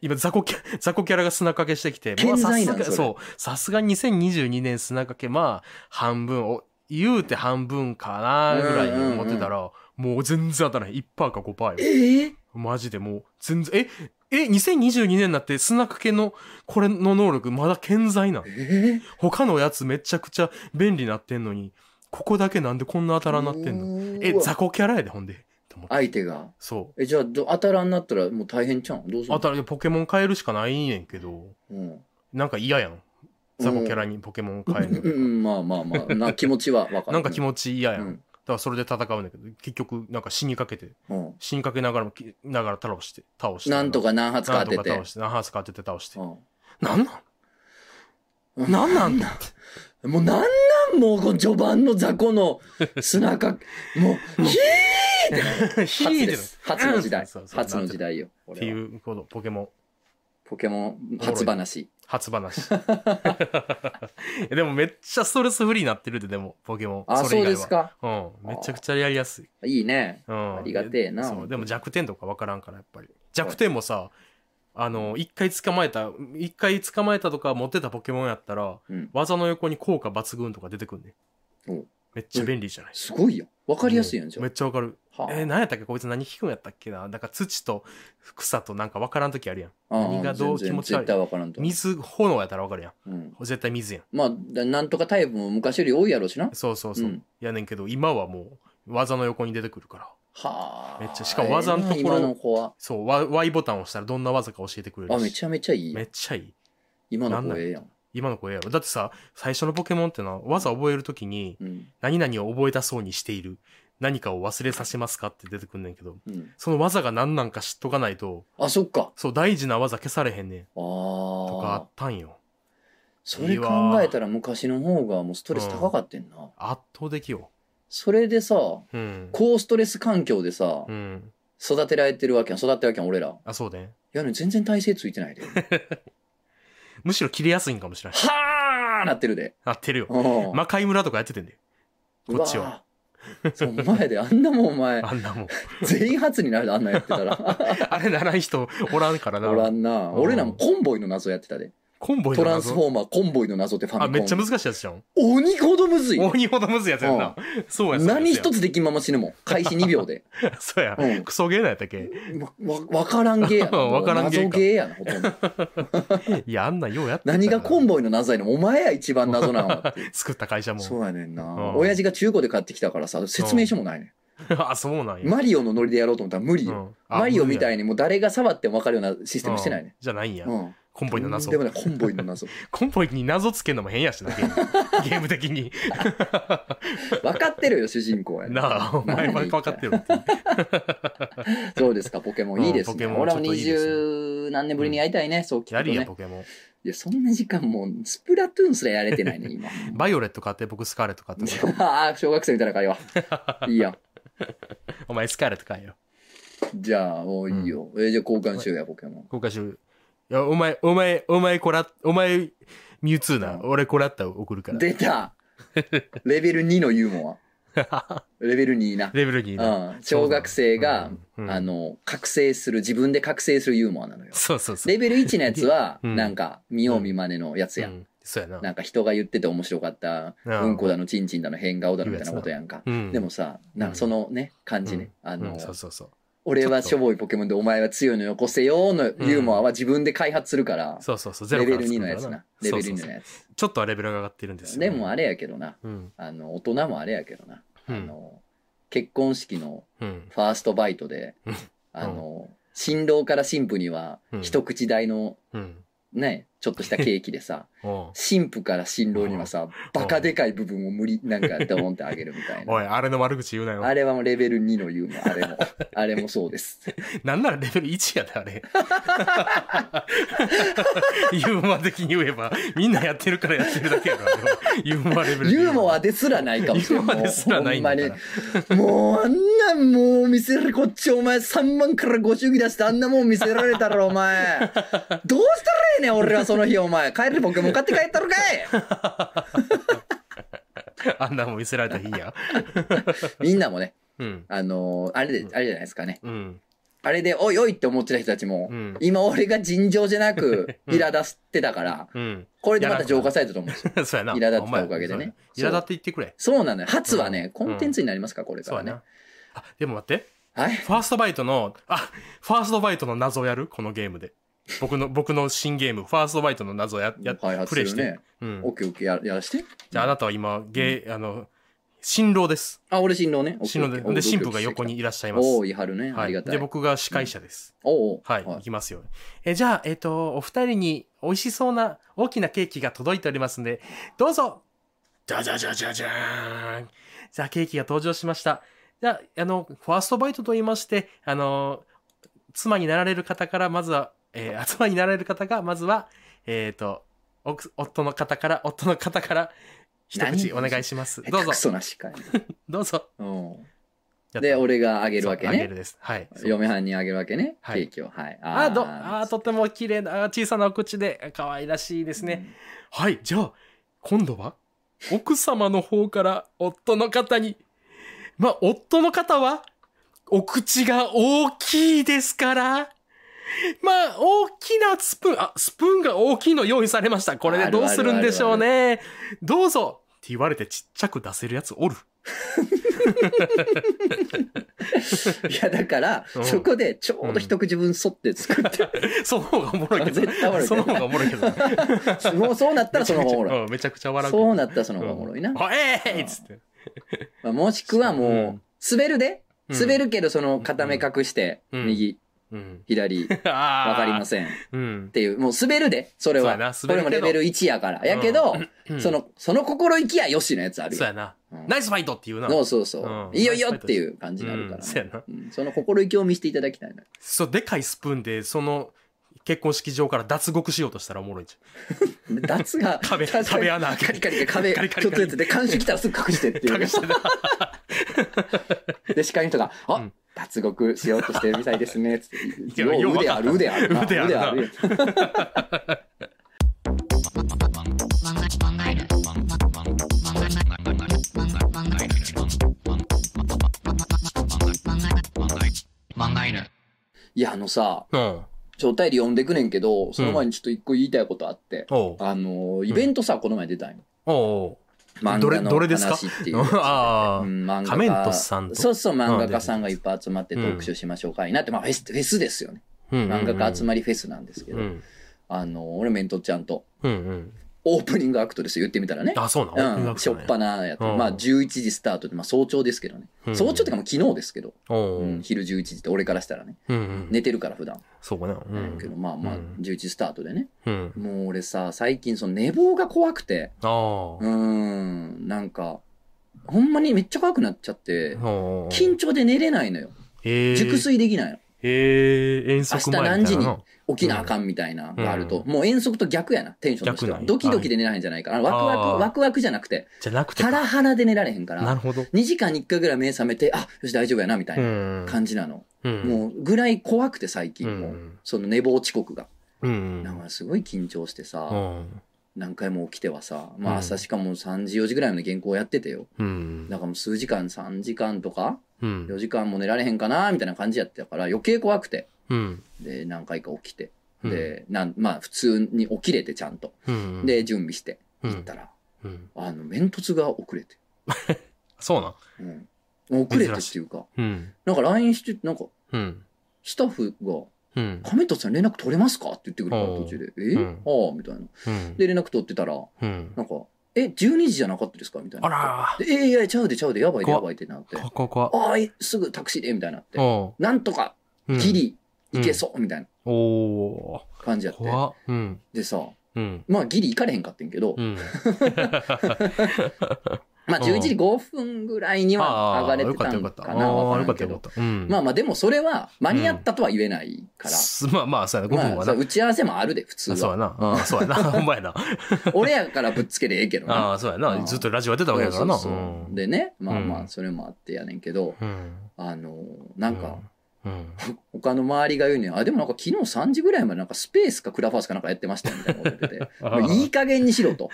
S2: 今、雑魚キャ、 雑魚キャラが砂掛けしてきて、
S1: 健在なん
S2: まあさすが
S1: それ
S2: そう。さすがに2022年砂掛け、まあ、半分を、言うて半分かな、ぐらいに思ってたら、もう全然当たらへん。1%か5%よ。
S1: ええ
S2: マジでもう、全然、え、え、2022年になって砂掛けの、これの能力、まだ健在なん
S1: え。え
S2: 他のやつめちゃくちゃ便利なってんのに、ここだけなんでこんな当たらんなってんの
S1: の
S2: え、雑魚キャラやで、ほんで。と思って
S1: 相手が。
S2: そう。
S1: え、じゃあ、ど当たらんなったらもう大変ちゃうんどうする
S2: あたらポケモン変えるしかないんやんけど、
S1: うん。
S2: なんか嫌やん。ザコキャラにポケモン変え
S1: う
S2: る
S1: ん、まあまあまあ、な気持ちはわか
S2: の。
S1: る。
S2: なんか気持ち嫌やん。
S1: う
S2: だ
S1: ん
S2: からそれで戦うんだけど、結局なんか死にかけて、
S1: うん。
S2: 死にかけながらも、きながら倒して、倒して。
S1: なんとか何発か
S2: なん
S1: 当
S2: と
S1: て
S2: か
S1: て
S2: 倒。して、何発か当てて倒して。
S1: う
S2: なんなん
S1: ん
S2: なんなんだ
S1: んもうなんなんもうこの序盤の雑魚 の砂か、もう、ひ
S2: ヒ
S1: 初
S2: ー
S1: で。
S2: です
S1: 初の時代
S2: そう。そう
S1: 初の時代よ。
S2: っ
S1: 俺
S2: て
S1: は
S2: いうこと、ポケモン。
S1: ポケモン初話。
S2: 初話でもめっちゃストレスフリーになってるででもポケモン
S1: あ、
S2: れ
S1: そ
S2: 以
S1: うで
S2: 外は
S1: すか。
S2: うんめちゃくちゃやりやすい
S1: いいね。
S2: うん、
S1: ありがてえな
S2: そうでも弱点とか分からんからやっぱり弱点もさあの一回捕まえた一回捕まえたとか持ってたポケモンやったら
S1: うん。
S2: 技の横に効果抜群とか出てくんね
S1: お
S2: めっちゃ便利じゃない
S1: すごいよ。わかりやすいやんじゃ
S2: め
S1: ん
S2: っ。ちゃわかる
S1: は
S2: えー、何やったっけこいつ何効くんやったっけななんか土と草となんか分からん時あるやん
S1: ああ
S2: 何がどう気持ち悪
S1: 全然絶
S2: い
S1: 対わからんと思う。
S2: 水炎やったら分かるやん
S1: うん。
S2: 絶対水やん
S1: まあ、だなんとかタイプも昔より多いやろうしな。
S2: そうそうそう、
S1: うん
S2: やねんけど今はもう技の横に出てくるから
S1: はあ。
S2: めっちゃしかも技のところ
S1: ええな今の子は。
S2: そうわ Y ボタンを押したらどんな技か教えてくれる
S1: あ、
S2: し
S1: めちゃめちゃいい
S2: め。っちゃいい
S1: 今の子ええやん。
S2: 今の子ええやろだってさ最初のポケモンってのは技覚えるときに
S1: うん。
S2: 何々を覚えたそうにしている何かを忘れさせますかって出てくんねんけど
S1: うん。
S2: その技が何なんか知っとかないと
S1: あ、そっか。
S2: そう大事な技消されへんねん
S1: あ
S2: とかあ
S1: あ
S2: っ。たんよ
S1: それ考えたら昔の方がもうストレス高かってんな。
S2: 圧倒的よ
S1: それでさ、
S2: うん
S1: 高ストレス環境でさ
S2: う、ん
S1: 育てられてるわけやん。育ってるわけやん、俺ら。い
S2: あそうね
S1: やね、全然体勢ついて ないで。
S2: むしろ切れやすいんかもしれない
S1: はーなってるで。
S2: なってるよ
S1: うん
S2: 魔界村とかやっててんでこっちは。
S1: うわーそう、前であんなもんお前、
S2: あん なもん
S1: 全員発になるであんなんやってたら。
S2: あれならん人おらんから
S1: おら
S2: なん
S1: な。
S2: うん
S1: 俺らもコンボイの謎やってたで。
S2: コンボイ
S1: ト
S2: の
S1: ランスフ
S2: 謎
S1: ォーマー、コンボイの謎ってファミコ
S2: あ
S1: ン。
S2: めっちゃ難しいやつじゃん
S1: 鬼ほどむずい。
S2: 鬼ほどむずいやつやんなそうやそうや
S1: 何
S2: そうや
S1: 一つできんまま死ぬもん。開始2秒で。
S2: そうや、
S1: うん
S2: クソゲーなんやったっけ
S1: わ、わわからんゲーやな。
S2: わからんゲーか
S1: 謎ゲーやな、ほとんど。
S2: いや、あんなんようやってたな
S1: 何がコンボイの謎やねん。お前や一番謎 なのはっていう
S2: 作った会社も。
S1: そうやねん
S2: う
S1: な。
S2: ん
S1: 親父が中古で買ってきたからさ、説明書もないね
S2: あ、そうなん
S1: ん。
S2: や。
S1: マリオのノリでやろうと思ったら無理
S2: う
S1: よ。
S2: んあ
S1: マリオみた
S2: 無理
S1: いにもう誰が触っても分かるようなシステムしてない
S2: うん
S1: ね。
S2: じゃないんや。
S1: うん。
S2: コンボイの 謎
S1: で。もね、コンボイの謎。
S2: コンボイに謎つけんのも変やしな、ゲームゲーム 的に。
S1: 分かってるよ、主人公やねん
S2: なあ、お前は分かってるっていう。
S1: どうですか、ポケモン。いいです
S2: うんポケ
S1: ね。
S2: モン
S1: 俺は
S2: ちょ
S1: 二
S2: っといいですね
S1: 十何年ぶりに会いたいね、そう聞
S2: や
S1: くと
S2: りや、
S1: ね
S2: ポ。ケモン。
S1: いや、そんな時間もう、スプラトゥーンすらやれてないね、 今。
S2: バイオレット買って、僕スカーレット買って。
S1: ああ、小学生みたいな会 話。いいやん。
S2: お前スカーレット買えよ。
S1: じゃあ、もういいよ。えーじゃあ交換しようや、ポケモン。
S2: 公開しよういや、お前、お前、お前こら、お前、ミュウツーな。俺こらった送るから。
S1: 出 たレベル2のユーモア。レベル2な。
S2: レベルにな。
S1: うん小学生が、
S2: うん
S1: あ、の、覚醒する、自分で覚醒するユーモアなのよ。
S2: そうそうそう。
S1: レベル1のやつは、
S2: うん
S1: なんか、見よう見まねのやつや。
S2: うんんそうやな。
S1: なんか人が言ってて面白かった、
S2: うん
S1: うんこだの、ちんちんだの、変顔だのみたいなことやんか。
S2: うん
S1: でもさ、なんかそのね、感じね。あ
S2: う
S1: の
S2: ん、、そうそうそう。
S1: 俺はしょぼいポケモンでお前は強いのよこせよのユーモアは自分で開発するから、
S2: そうそうそう、ゼロ
S1: レ
S2: か
S1: ベ
S2: ら
S1: ル2の
S2: 作るから
S1: やつな。レベル2
S2: そう
S1: の
S2: そう
S1: やつ。
S2: そうちょっとはレベルが上がってるんですよ。
S1: でもあれやけどな、
S2: うん。
S1: あの、大人もあれやけどな。
S2: う
S1: あ
S2: ん。
S1: の、結婚式の
S2: うん。
S1: ファーストバイトで
S2: うん、
S1: あの、新郎から新婦には
S2: うん
S1: 一口大の
S2: うん。
S1: ね、ちょっとしたケーキで さ、
S2: おう
S1: 神父から新郎にはさ、バカでかい部分を無理、なんかドーンってあげるみたい
S2: おい、
S1: な。
S2: あれの悪口言うなよ。
S1: あれはもうレベル2のユーモア、あれ も。あれもそうです。
S2: なんならレベル1やで、あれ。ユーモア的に言えば、みんなやってるからやってるだけやろ、あれはユーモアレベルで言え
S1: ユ
S2: ば
S1: ーモアですらないかもしれ
S2: ユーモ
S1: な
S2: ア
S1: い。
S2: ですらないんだから
S1: ほんまに。もうあんなんもう見せられ、こっちお前3万から50ギ出してあんなもん見せられたらお 前。どうしたらええねん俺はその日お前。帰るポケモン買って帰ったろかい
S2: あんなもん見せられたらいいや。
S1: みんなもね、
S2: うん。
S1: あのーあれで、あれじゃないですかね。
S2: うん。
S1: あれで、おいおいって思ってた人たちも、
S2: うん
S1: 今俺が尋常じゃなく苛立ってたから、
S2: うん。
S1: これでまた浄化されたと思うんですよ。
S2: そうやな。
S1: 苛立ってたおかげでね
S2: お前苛立って言ってくれ。
S1: そうなのよ。初は
S2: うん
S1: ね、コンテンツになりますから、これか
S2: そう
S1: ら
S2: や
S1: ね
S2: な。。あ、でも待って。
S1: はい。
S2: ファーストバイトの、あ、ファーストバイトの謎をやるこのゲームで。僕の、僕の新ゲーム、ファーストバイトの謎をや、や、
S1: 開発す
S2: プレイ
S1: る
S2: して
S1: ね。。
S2: うん
S1: オ。ッケーオッケーややらして。
S2: じゃああなたは今、ゲー、あの、新郎です。
S1: あ、俺新郎ね。
S2: 新郎で、で、新婦が横にいらっしゃいます。
S1: おおー、いはるね。あ
S2: は
S1: り
S2: い。
S1: がたい。
S2: で、僕が司会者です。
S1: おうおう
S2: はい。
S1: はい
S2: いきますよ。え、じゃあ、えっと、お二人に美味しそうな大きなケーキが届いておりますんで、どうぞじゃじゃじゃじゃじゃーんじゃあ、ケーキが登場しました。じゃあ、あの、ファーストバイトと言いまして、あの、妻になられる方から、まずは、えー、妻になられる方が、まずは、えっ、と、奥、夫の方から、夫の方から、一口お願いします。ど
S1: 下手
S2: うぞ
S1: く、そな司会。
S2: どうぞ。
S1: うん
S2: やった
S1: で、俺があげるわけ
S2: そうあげ
S1: ね。
S2: るです。はい。そう
S1: 嫁はんにあげるわけね。ケ
S2: はい
S1: ーキを。はい。
S2: あど、あとても綺麗な、あ小さなお口で、あ可愛らしいで
S1: です
S2: ね。。はい、じゃあ、今度は、奥様の方から夫の方に、まあ、夫の方は、お口が大きいですから、まあ、大きなスプーン、あ、スプーンが大きいの用意されました。これでどうするんでしょうね。どうぞって言われてちっちゃく出せるやつおる。
S1: いや、だから、
S2: うん
S1: そこでちょうど一口分沿って作って、
S2: その方がおもろいけ
S1: 絶対おも
S2: ど。
S1: ろいけど
S2: その方がおもろいけ ど。
S1: もうそうなったらその方がおもろい。
S2: うん めちゃくちゃ笑うけど。
S1: そうなったらその方がおもろいな。
S2: うんあえーいっつって。
S1: まあもしくは
S2: うん
S1: もう、滑るで
S2: うん
S1: 滑るけど、その片目隠して、
S2: うん
S1: 右、
S2: うん。
S1: 左、わ
S2: ああ。
S1: かりま
S2: ん。
S1: せん。っ
S2: うん。
S1: ていう、もう滑るで、それ
S2: そうや
S1: は
S2: な。
S1: こ
S2: 滑
S1: れ
S2: るけど
S1: もレベル1やから。やけど、
S2: うん
S1: そ、の、その心意気やよしのやつある
S2: そう
S1: よ。
S2: やな。
S1: うん
S2: ナイスファイトっていうな。
S1: そうそうそう
S2: う。ん
S1: いいよいいよっていう感じになるか
S2: うん
S1: ら
S2: そうや
S1: ね
S2: な。
S1: うんその心意気を見せていただきたいな。
S2: そう、でかいスプーンで、その、結婚式場から脱獄しようとしたらおもろいんじ
S1: で脱が、
S2: 壁
S1: 脱が
S2: 壁穴開け
S1: カリカリ壁、
S2: カリカリカリ
S1: ちょっとやつで、監視来たらすぐ隠してって
S2: ゃ
S1: い
S2: ん。
S1: う
S2: 隠。してな。
S1: で、司会の人が、
S2: う
S1: あ
S2: ん
S1: 脱獄しようとしてるみたいですね。つって、
S2: いやよ
S1: よう
S2: う分
S1: 腕
S2: か
S1: あ
S2: った
S1: る、腕あるな。
S2: 腕あるな
S1: よいや、あのさ、
S2: うん。
S1: ちょ、お便り読んでくねんけど、その前にちょっと一個言いたいことあって、
S2: おう。
S1: あのー、イベントさ、この前出たんよ。
S2: おう。
S1: 漫
S2: どれ
S1: 画の
S2: どれですか
S1: 話っていうやつで。
S2: あ
S1: う
S2: あ。
S1: ん漫画家
S2: 仮面トスさんと
S1: そうそう、漫画家さんがいっぱい集まってトークショーしましょうかいなって、まあフェス、フェスですよね。漫画家集
S2: ま
S1: まりフェスなんですけど、
S2: うん。
S1: あの、俺メントちゃんと、
S2: うんうん。
S1: オープニングアクトですよ、言ってみたらね。
S2: あ、そうなの
S1: うん、しょっぱなやつ。
S2: うん
S1: まあ、11時スタートで、まあ、早朝ですけどね。早朝ってか
S2: か
S1: もう昨日ですけど、
S2: お
S1: うん
S2: う。
S1: 昼11時って俺からしたらね。
S2: うんうん。
S1: 寝てるから普段。
S2: そうかな。う
S1: けど、
S2: ん。
S1: まあまあ
S2: うん、
S1: 11時スタートでね。
S2: うん。
S1: もう俺さ、最近その寝坊が怖くて、
S2: ああ。お
S1: うーん、なんか、ほんまにめっちゃ怖くなっちゃって、
S2: う
S1: 緊張で寝れないのよ。
S2: えー
S1: 熟睡できないの。
S2: えー、遠足前みたいな
S1: 明日何時に
S2: な
S1: 起きなあかんみたいなのがあると、もう遠足と逆やな、テンションとして
S2: 逆
S1: は。
S2: なんや
S1: ドキドキで寝られへんじゃないから、ワク
S2: あ
S1: ワ
S2: ー
S1: ク、ワクワクじゃなくて、
S2: じゃなくて
S1: ハ
S2: か。
S1: ラハラで寝られへんか
S2: な
S1: ら
S2: る、ほど。
S1: 2時間に1回ぐらい目覚めて、あ、よし大丈夫やな、みたいな
S2: うん
S1: 感じなの。
S2: うん
S1: もう、ぐらい怖くて最近も
S2: う、
S1: うんその寝坊遅刻が。
S2: うん。
S1: なんかすごい緊張して
S2: う
S1: さ、
S2: ん。
S1: 何回も起きてはさ、ま
S2: うん
S1: あ朝しかも3時4時ぐらいまで原稿をやっててよ。
S2: うん。
S1: だからもう数時間、3時間とか、
S2: うん
S1: 4時間も寝られへんかな、みたいな感じやったから、余計怖くて。
S2: うん。
S1: で、何回か起きて。で、なん、まあ、普通に起きれて、ちゃんと。
S2: うん、
S1: で、準備して、
S2: うん
S1: 行ったら、
S2: うん、
S1: あの、煙突が遅れて。
S2: そうなん。
S1: うん。遅れてっていうか、
S2: うん。
S1: なんか LINE して、なんか、
S2: うん。
S1: スタッフが、
S2: うん。
S1: 亀田さん連絡取れますかって言ってくるから、途中で、え、
S2: うん
S1: ああ、みたいな。
S2: うん。
S1: で、連絡取ってたら、
S2: うん。
S1: なんか、え、12時じゃなかったですかみたい
S2: あ
S1: な。
S2: ら
S1: で、えいや、ちゃうでちゃうで、やばいで
S2: 怖
S1: や
S2: っ
S1: ばいってなって、
S2: ー。
S1: あ
S2: こここ。
S1: あ、えすぐタクシーで、みたいになって、
S2: お
S1: なんとか、
S2: う。
S1: ギ。リ、行けそう、みたいな。
S2: おお
S1: 感じやって。
S2: 怖っうん
S1: でさ、
S2: うん
S1: まあギリ行かれへんかってんけど、
S2: うん
S1: まあ
S2: うん
S1: 11時5分ぐらいには上がれてたん
S2: あ
S1: か
S2: ー
S1: な。わ
S2: よ
S1: か
S2: か
S1: ん
S2: らった
S1: け
S2: よかった
S1: ど。
S2: あーよかったよかったうん
S1: まあまあでもそれは間に合ったとは言えないから。
S2: すまあまあそうやな5分
S1: まあ
S2: は
S1: さ、
S2: な、
S1: 打ち合わせもあるで、普通
S2: あ、そう
S1: は。
S2: やなあーそうや なほんまやな
S1: 俺やからぶっつけでええけどな。
S2: ああそうや
S1: う
S2: なんずっとラジオやってたわけやからな
S1: そうそうそう
S2: うん
S1: でね、まあま
S2: う
S1: あ、
S2: ん
S1: それもあってやねんけど、
S2: うん
S1: あの、なんか、
S2: うんうん
S1: 他の周りが言うねんあ、でもなんか昨日3時ぐらいまでなんかスペースかクラファースかなんかやってましたよみたいなこと言ってて。もういい加減にしろ と。こ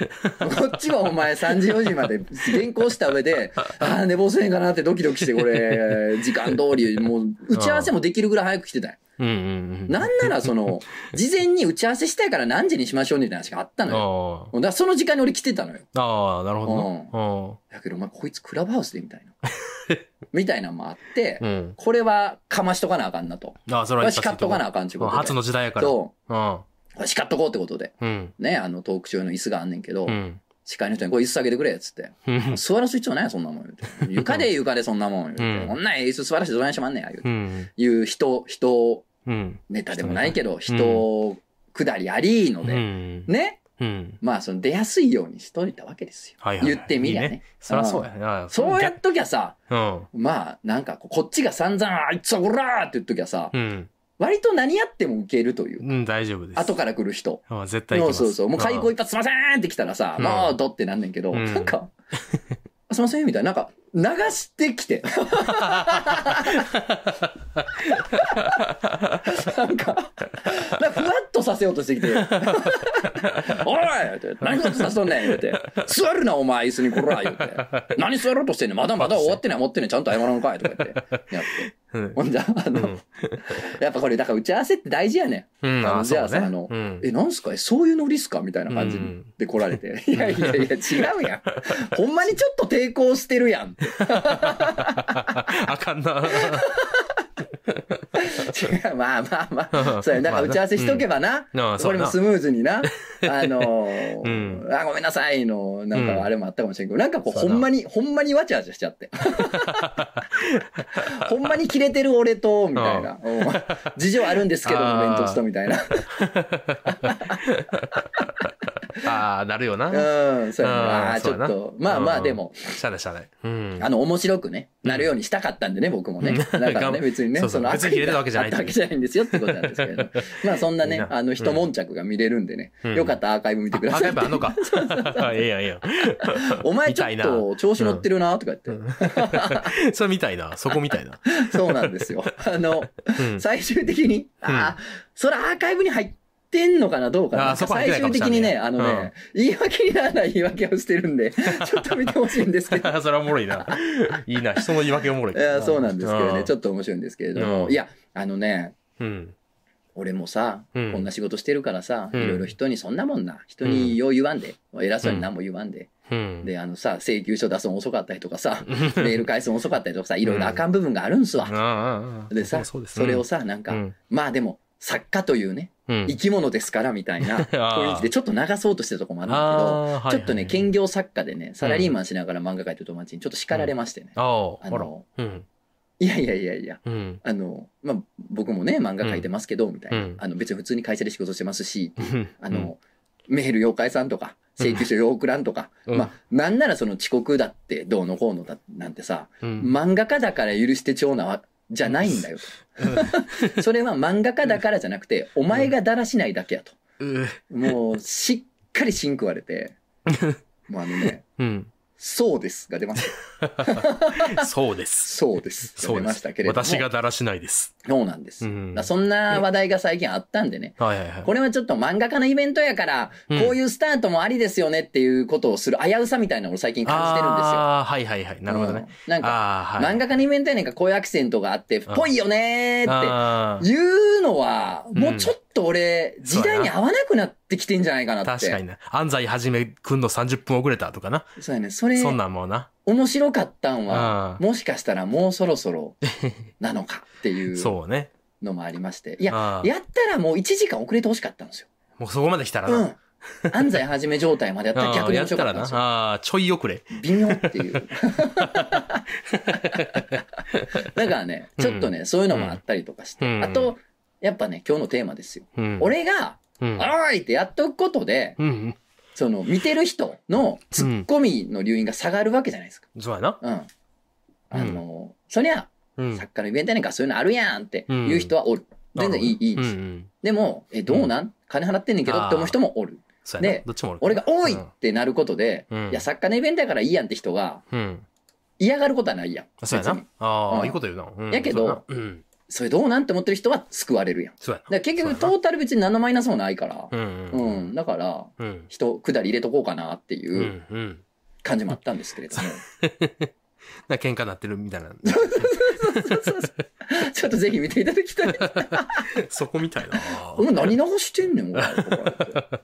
S1: っちはお前3時4時まで原稿した上で、 ああ、寝坊せへんかなってドキドキして、これ、 時間通り、もう打ち合わせもできるぐらい早く来てたよ。
S2: うんうんうん
S1: なんならその、事前に打ち合わせしたいから何時にしましょうみたいな話があったのよ。
S2: あ
S1: だからその時間に俺来てたのよ。
S2: あああなるほ
S1: だけど、お前こいつクラブハウスでみたい な。みたいなのもあって
S2: どなう、んうん
S1: これはかましとかなあかんなと。
S2: ああそ
S1: こ
S2: れ
S1: れ
S2: は
S1: は叱っとかなあかんっていうことで。
S2: 初の時代やから
S1: そうう。叱っとこうってことで。
S2: んうん
S1: ね、あのトーク中の椅子があんねんけど、
S2: うん
S1: 司会の人にこれ椅子下げてくれっつって。
S2: うん
S1: 座らす必要ないよそんなもん言う て。床で床でそんなもん言うて。
S2: うん
S1: こんなん椅子座らしてどないしまんねんや言う
S2: う
S1: て。
S2: ん
S1: いう人、人
S2: うん
S1: ネタでもないけど、人下りありの
S2: う
S1: で。
S2: ん
S1: ね。
S2: うん
S1: まあ、その出やすいようにしといたわけですよ。
S2: はいはいはい
S1: 言ってみりゃね
S2: いいそりゃそうやな
S1: そうやっときゃさ、
S2: うん
S1: まあ、なんかこうこっちが散々、あいつはこらーって言っときゃさ
S2: う、ん
S1: 割と何やっても受けるという。
S2: うん大丈夫です
S1: 後から来る人。
S2: あ絶対行き
S1: そう
S2: ます
S1: そうそう。もう開口
S2: ん
S1: 一発すいませんって来たらさ、
S2: うん
S1: もうどってなんねんけど、
S2: うん
S1: なんか、すいませんみたいな、なんか、流してきて。なんか、なんかふわっとさせようとして きて、おいって何ふわっとさせとんねん言うて、座るなお前椅子にこら言うて、何座ろうとしてんねん、まだまだ終わってない、持ってんねん、ちゃんと謝らんかいとか言って、やって。
S2: うん
S1: ほんじゃ、あの、やっぱこれ、だから打ち合わせって大事やねん。
S2: うん
S1: あの
S2: あ
S1: じゃあ
S2: そうね
S1: さあの
S2: うん
S1: え、なんすかえ、そういうノリっすかみたいな感じ
S2: うん
S1: で来られて。 いやいやいや、違う やん。ほんまにちょっと抵抗してるやん。
S2: あかんな
S1: 違う、まあまあま あ。そうや、だから打ち合わせしとけばな。
S2: なあそ
S1: こ
S2: う
S1: れ
S2: や
S1: も
S2: な
S1: スムーズにな。 あのー
S2: うん
S1: あ、ごめんなさいの、なん
S2: うん
S1: かあれもあったかもしれんけど、なんかこう、
S2: そ
S1: ほ
S2: うやなん
S1: まに、ほんまにわちゃわちゃしちゃって。 ほんまにキレてる俺と、みたいな。うん事情あるんですけど、
S2: あー
S1: 弁当とみたいな。
S2: ああなるよな
S1: うん、そうや
S2: あー
S1: な。あーち
S2: そ
S1: ょ
S2: うや
S1: っ
S2: な
S1: と、まあまあ、
S2: うん
S1: でも、
S2: しゃあないしゃあないうん
S1: あの、面白くね、なるようにしたかったんでね、僕もね。だから
S2: 頑張
S1: ね、別にね、
S2: そうそう
S1: の
S2: 別に入れたわけじゃない
S1: あったわけじゃないんですよってことなんですけれ ど。まあ、そんない
S2: い
S1: ね、
S2: な
S1: あの、一悶着が見れるんでね、
S2: うん
S1: よかったらアーカイブ見てください。
S2: あやっぱあ のか ええやんええやん
S1: お前ちょっ
S2: 見たい
S1: と調子乗ってるなとか言って。
S2: うんそれみたいな、そこみたいな。
S1: そうなんですよ。あの、
S2: う ん
S1: 最終的に、ああ、それアーカイブに入ってんのかなどうか
S2: あー
S1: な。
S2: そこ入って
S1: 最
S2: ないか
S1: 終
S2: もし
S1: 的
S2: れんね
S1: にね、あのね、言い訳にならない言い訳をしてるん で、ちょっと見てほしいんですけど。
S2: それはおもろいな。いいな、人の言い訳おもろい。
S1: いやそうなんですけどね、ちょ
S2: っ
S1: っと面白いんですけれど
S2: う
S1: も。
S2: ん
S1: いや、あのね、
S2: と。うん。
S1: 俺もさ、
S2: うん
S1: こんな仕事してるからさ、
S2: うん
S1: いろいろ人にそんなもんな、人によう言わんで、偉そうに何も言わんで、
S2: うん。
S1: で、あのさ、請求書出すの遅かったりとかさ、 メール返すの遅かったりとかさ、いろいろあかん部分があるんすわ。
S2: ああ
S1: でさ、
S2: そ
S1: そう
S2: です
S1: れをさ、なんか、
S2: うん
S1: まあでも、作家というね、
S2: うん
S1: 生き物ですからみたいな 雰囲気で、ちょっと流そうとしてるとこもあるんだけど、
S2: あーはいはい
S1: ちょっとね、兼業作家でね、サラリーマンしながら漫画描いてる友達にちょっと叱られましてね。
S2: あ
S1: あ
S2: あ、ほら。
S1: の、
S2: うん。
S1: いやいやいやいや、
S2: うん。
S1: あの、まあ、僕もね、漫画描いてますけど、みたいな、
S2: うん
S1: あの、別に普通に会社で仕事してますし、
S2: うん
S1: あの、メール妖怪さんとか、請求書妖怪んとか、
S2: うん
S1: まあ、なんならその遅刻だってどうのこうのだなんてさ、
S2: うん
S1: 漫画家だから許してちょうなわ、じゃないんだよ。 それは漫画家だからじゃなくて、お前がだらしないだけやと。
S2: うん
S1: もう、しっかり芯食われ て、もうあのね、
S2: うん。
S1: そうですが出ました。
S2: そうです。
S1: そうです。が
S2: そ
S1: 出
S2: うで
S1: まし
S2: す
S1: たけ。れども。
S2: 私がだらしないです。
S1: そうなんです。
S2: うん
S1: だからそんな話題が最近あったんでね。
S2: はいはいはい。
S1: これはちょっと漫画家のイベントやから、
S2: うん
S1: こういうスタートもありですよねっていうことをする危うさみたいなのを最近感じてるんですよ。
S2: ああ、はいはいはい。なるほどね。
S1: うん。なんか、
S2: ああ、はい。
S1: 漫画家のイベントやねんからこういうアクセントがあって、ぽいよねーっ
S2: あ
S1: ていうのは、もうちょっと俺、
S2: ん
S1: 時代に合わなくなってきてんじゃないかな
S2: あ、
S1: って。
S2: 確かにな。安西はじめくんの30分遅れたとかな。
S1: そうやね。それ、
S2: そんなんもうな。
S1: 面白かったんは、
S2: うん
S1: もしかしたらもうそろそ ろなのかっていう
S2: そうね。
S1: のもありまして。いや、
S2: ああ
S1: やったらもう1時間遅れてほしかったんですよ。
S2: もうそこまで来たら
S1: う
S2: な。
S1: ん。安西はじめ状態までやったら逆に
S2: や
S1: 面
S2: った
S1: 白からったん
S2: な
S1: ですよ。
S2: ああちょい遅れ
S1: 微妙っていう。だからね、ちょっとね、そういうのもあったりとかして。
S2: うん
S1: あと、やっぱね、今日のテーマですよ。
S2: うん、
S1: 俺が、
S2: うん、
S1: おーいってやっとくことで、
S2: うん
S1: その、見てる人のツッコミの留飲が下がるわけじゃないですか。
S2: うんそうやな
S1: うん。あの、そりゃ、
S2: うん
S1: 作家のイベントやねんからそういうのあるやんっていう人はおる。
S2: うん
S1: 全然いい、いいん
S2: うん
S1: で
S2: う
S1: す。
S2: ん
S1: でも、え、どうなん金払ってんねんけどって思う人もおる。
S2: そうやな
S1: で
S2: どっちもお
S1: 俺
S2: る
S1: が、おいってなることで、
S2: うん
S1: いや、作家のイベントやからいいやんって人が、
S2: うん
S1: 嫌がることはないやん。
S2: そうやな
S1: 別に
S2: あ
S1: う
S2: あ
S1: ん
S2: いいこと言うなうん
S1: やけど
S2: そうやなうん
S1: それどうなんって思ってる人は救われるやん。だ
S2: そうや
S1: から結局、
S2: そ
S1: ト
S2: うやな
S1: ータル別に何のマイナスもないから。
S2: なうん
S1: う
S2: うん
S1: ん、だから、
S2: うん
S1: 人、くだり入れとこうかなってい
S2: うんう
S1: うん
S2: うん
S1: 感じもあったんですけれど も。
S2: なんか喧嘩なってるみたいな
S1: ちょっとぜひ見ていただきた い。
S2: そこみた いな
S1: お前何流してんね ん、お前。とか言って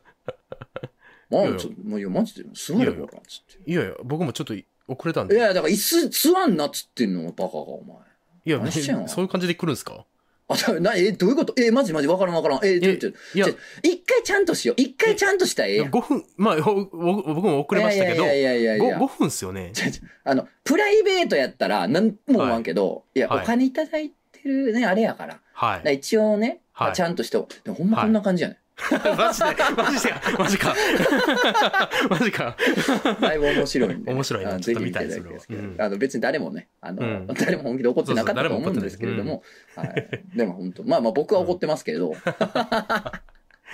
S1: まあ、ちょもういや、マジで、すまれほら、つっ
S2: いやいや僕もちょっと遅れたん
S1: て。い
S2: で
S1: や、だから、椅子、座んなっつってんの、バカが、お前。
S2: いや
S1: 何してんの
S2: そういう感じで来るんですか
S1: あ、だな、え、どういうことえ、マジマジ、わからんわからん。え、ちょ、
S2: え
S1: ちょ、
S2: いや
S1: ちょ一回ちゃんとしよう。一回ちゃんとしたらええやん。
S2: 5分まあほ僕僕も遅れましたけど
S1: いやいやいやいやいや
S2: ご5分っすよね
S1: ちょちょあの、プライベートやったら、なんも思わんけど、い、や、
S2: はい
S1: お金いただいてるね、あれやから。
S2: は
S1: だから
S2: い
S1: 一応ね、
S2: はい
S1: ちゃんとして、でもほんまこんな感じやね、
S2: マジでマジでマジか マジか
S1: だいぶ面白いんで、
S2: 面白いな
S1: あの
S2: ちょっと
S1: ぜひ
S2: 見たい
S1: 見てだき
S2: それはうん
S1: あの別に誰もね、あの、
S2: うん
S1: 誰も本気で怒ってなかったと思うんですけれども、はい、でも本当、まあまあ僕は怒ってますけれ ど。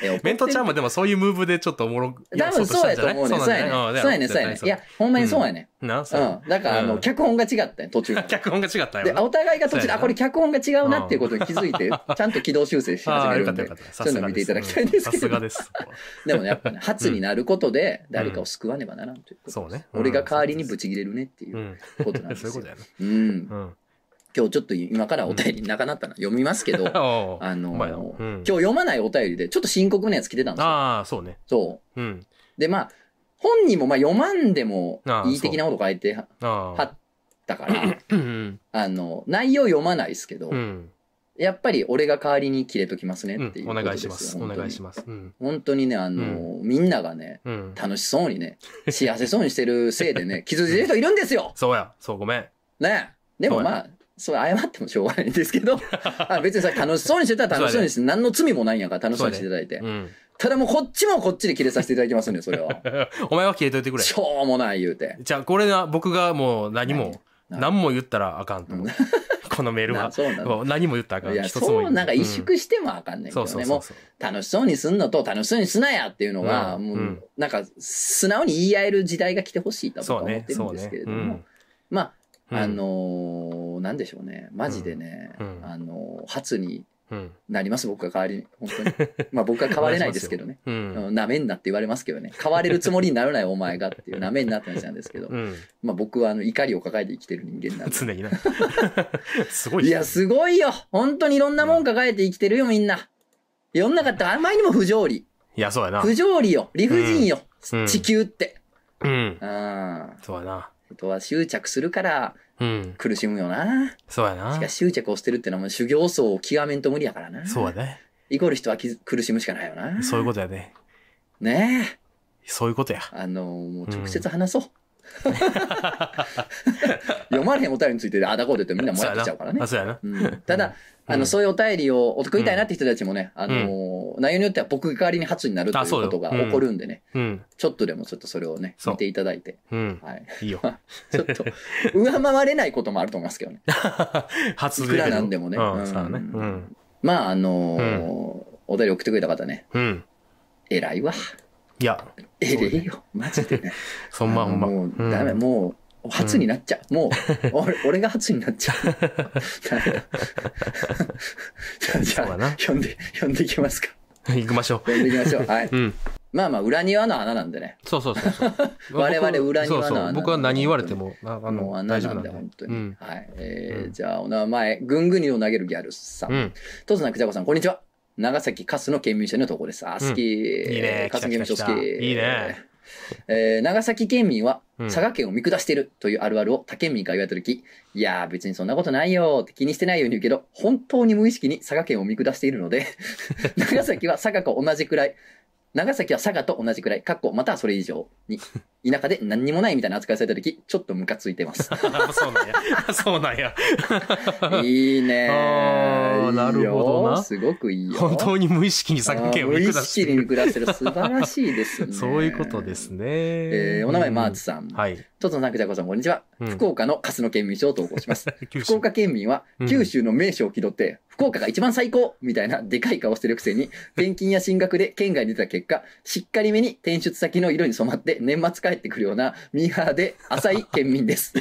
S1: え怒ってる
S2: メントちゃんもでもそういうムーブでちょっとおもろ
S1: 多分そうやと思うね。そうやね。そうやね、そうやね。いや、ほんまにそうやね。
S2: な
S1: う。
S2: そうん
S1: だから、あ
S2: う
S1: の、
S2: ん
S1: 脚本が違ったね、途 中から
S2: 脚本が違った
S1: で、
S2: よな
S1: お互いが途中
S2: そうや
S1: で、
S2: な
S1: あ、これ脚本が違うなっていうことに気づいて、ちゃんと軌道修正し始
S2: あ
S1: め
S2: あよ
S1: る
S2: か
S1: ん
S2: ったよ
S1: で
S2: かっ。た
S1: そ
S2: さ
S1: うい
S2: す
S1: うの
S2: が
S1: 見
S2: で
S1: てい
S2: す
S1: ただきたいんです
S2: さ
S1: けど
S2: すが。ですそこは
S1: でもねやっぱね、初になることで、誰かを救わねばならんということ
S2: そうね
S1: 俺が代わりにブチ切れるねっていううんことなんで
S2: そういう
S1: す
S2: こ
S1: よ
S2: と。やな
S1: うん。
S2: うん
S1: 今日ちょっと今からお便りなかなったな。読みますけど、
S2: ああ
S1: あの
S2: お前
S1: ー、
S2: のう
S1: 今
S2: ん
S1: 日読まないお便りで、ちょっと深刻なやつ来てたんですよ。
S2: ああそうね
S1: そ
S2: うん
S1: う。で、まあ、本人もまあ読まんでも
S2: ああ
S1: いい的なこと書いては
S2: あ
S1: は
S2: あ
S1: ったから、
S2: うん
S1: あの、内容読まないですけど、
S2: うん
S1: やっぱり俺が代わりに切れときますね
S2: う
S1: ってい
S2: ん
S1: う
S2: お
S1: こと
S2: 願い
S1: です
S2: し
S1: よ、
S2: ますお
S1: 本当に
S2: 願いしますうん
S1: 本当にね、あのー、みんながね、
S2: うん
S1: 楽しそうに ね、幸せそうにしてるせいでね、傷ついてる人いるんですよ
S2: そうやそうご めん
S1: ねでも
S2: そうや
S1: まあ、そう、謝ってもしょうがないんですけ ど、あ別にさ、楽しそうにしてたら楽しそうにして、何の罪もないんやから楽しそうにしていただいて。
S2: うん
S1: ただもうこっちもこっちで切れさせていただきますんで、それは。
S2: お前は消えといてくれ
S1: しょうもない言うて。
S2: じゃあこれが僕がもう何も
S1: 何
S2: 何も言ったらあかんと思う このメール
S1: な
S2: は
S1: そうなの。
S2: 何も言ったらあか
S1: い
S2: ん
S1: や、
S2: 一つも
S1: そう、なんか萎縮してもあかんねんけ
S2: そ
S1: ど
S2: うそう
S1: ね。
S2: そ
S1: も
S2: う
S1: う
S2: そう
S1: 楽しそうにすんのと楽しそうにすなやっていうのが、
S2: うん
S1: も
S2: う
S1: うんなんか素直に言い合える時代が来てほしいと僕
S2: そ
S1: は
S2: う
S1: 思っ
S2: ね
S1: てる
S2: そ
S1: ん
S2: う
S1: です
S2: ね
S1: けれど
S2: う
S1: も
S2: ん。
S1: まあ、
S2: うん
S1: あのー、なんでしょうね。マジでね、
S2: うんうん
S1: あのー、初に
S2: うん
S1: なります、僕が代わりに。本当に。まあ僕は変われないですけ どね。
S2: う
S1: うんん、なめんなって言われますけどね。変われるつもりにならないお前がって いう、なめんなって話なんですけど。
S2: うん
S1: まあ僕はあの怒りを抱えて生きてる人間なん で。
S2: 常になすごい
S1: いや、すごいよ本当にいろんなもん抱えて生きてるよ、みんな。世の中ってあまりにも不条理。
S2: いやそうやな
S1: 不条理よ理不尽よ、
S2: うん
S1: 地球って。
S2: うん
S1: うん。
S2: そうやな
S1: 人は執着するから
S2: うん
S1: 苦しむよな。
S2: そうや
S1: し
S2: な
S1: かし執着を捨てるってのはもう修行僧を極めんと無理やからな。
S2: そうや。ね
S1: イコール人はき苦しむしかないよな。
S2: そういうことやね
S1: と。ねえ。
S2: そういうことや
S1: あのもう直接話そう。読まれへんお便りについてあだこうでってみんなも
S2: そう
S1: らって
S2: やな
S1: きちゃうからね
S2: あ。そうやな
S1: うんただ、
S2: うん
S1: あの、そういうお便りを送りたいなって人たちもね、あのー、内容によっては僕が代わりに初になるとい
S2: あ
S1: う
S2: そう
S1: こ
S2: よ
S1: とが
S2: うん
S1: 起こるんでね、
S2: うん
S1: ちょっとでもちょっとそれをね、
S2: そう
S1: 見ていただいて、
S2: うん
S1: はい。
S2: いいよ
S1: ちょっと、上回れないこともあると思いますけどね。
S2: 初
S1: い
S2: レ
S1: く
S2: ベ
S1: ら
S2: ル
S1: なんでもね。
S2: う
S1: うん
S2: んそうやねうん
S1: まあ、あのーお便り送ってくれた方ね、
S2: うん
S1: 偉いわ。
S2: いや
S1: 偉いよ。マジでね。
S2: そ んま
S1: あの
S2: ほんま
S1: も
S2: うん
S1: う、ダメ、もう、初になっちゃう。もう、俺、俺が初になっちゃう。ダメだじ
S2: そう
S1: ゃ
S2: だ
S1: あ
S2: な、
S1: 呼んで、呼んでいき ますか。
S2: 行きましょ
S1: 呼んでいきましょう。はい。
S2: ううん
S1: まあまあ、裏庭の穴なんでね。
S2: そうそうそう そう。
S1: 我々
S2: 僕
S1: 裏庭の
S2: そうそ
S1: 穴
S2: う。僕は何言われても、ああ
S1: もう
S2: の、
S1: 穴
S2: 大丈
S1: な
S2: 夫なんん
S1: で、
S2: で。
S1: 本当
S2: う
S1: に
S2: ん。。
S1: はい。え
S2: う
S1: ー、
S2: ん
S1: じゃあ、お名前、ぐんぐにを投げるギャルさ。
S2: うんん。
S1: とつなくじゃこさん、こんにちは。長崎カスの県民社のとこです。あ、好き。
S2: いいね
S1: カスの県民賞
S2: 来た来
S1: 好
S2: た
S1: き。
S2: 来たいいね。
S1: えー、長崎県民は
S2: うん
S1: 佐賀県を見下しているというあるあるを他県民から言われた時、いやー別にそんなことないよーって気にしてないように言うけど、 本当に無意識に佐賀県を見下しているので、長崎は佐賀と同じくらい長崎は佐賀と同じくらい、かっこまたはそれ以上に、田舎で何にもないみたいな扱いされた時、ちょっとムカついて ます。
S2: そうなんや。そうなんや。
S1: いいね
S2: あー
S1: いいよ
S2: なるほどな
S1: すごくいいよ。
S2: 本当に無意識に
S1: あ
S2: 酒
S1: ー
S2: を
S1: 無
S2: 見
S1: 意
S2: 下して
S1: 識
S2: る
S1: に暮らしてる素晴らしいですね。
S2: そういうことですね。
S1: えーお名前マーツさん。
S2: はい。
S1: トツノさん、クジャコさん、こんにちは。
S2: うん
S1: 福岡のカスの県民賞を投稿します。
S2: 九
S1: 福
S2: 州。
S1: 岡県民は
S2: うん
S1: 九州の名所を気取って、福岡が一番最高みたいなでかい顔してるくせに、転勤や進学で県外に出た結果、しっかりめに転出先の色に染まって年末帰ってくるようなミーハーで浅い県民 です。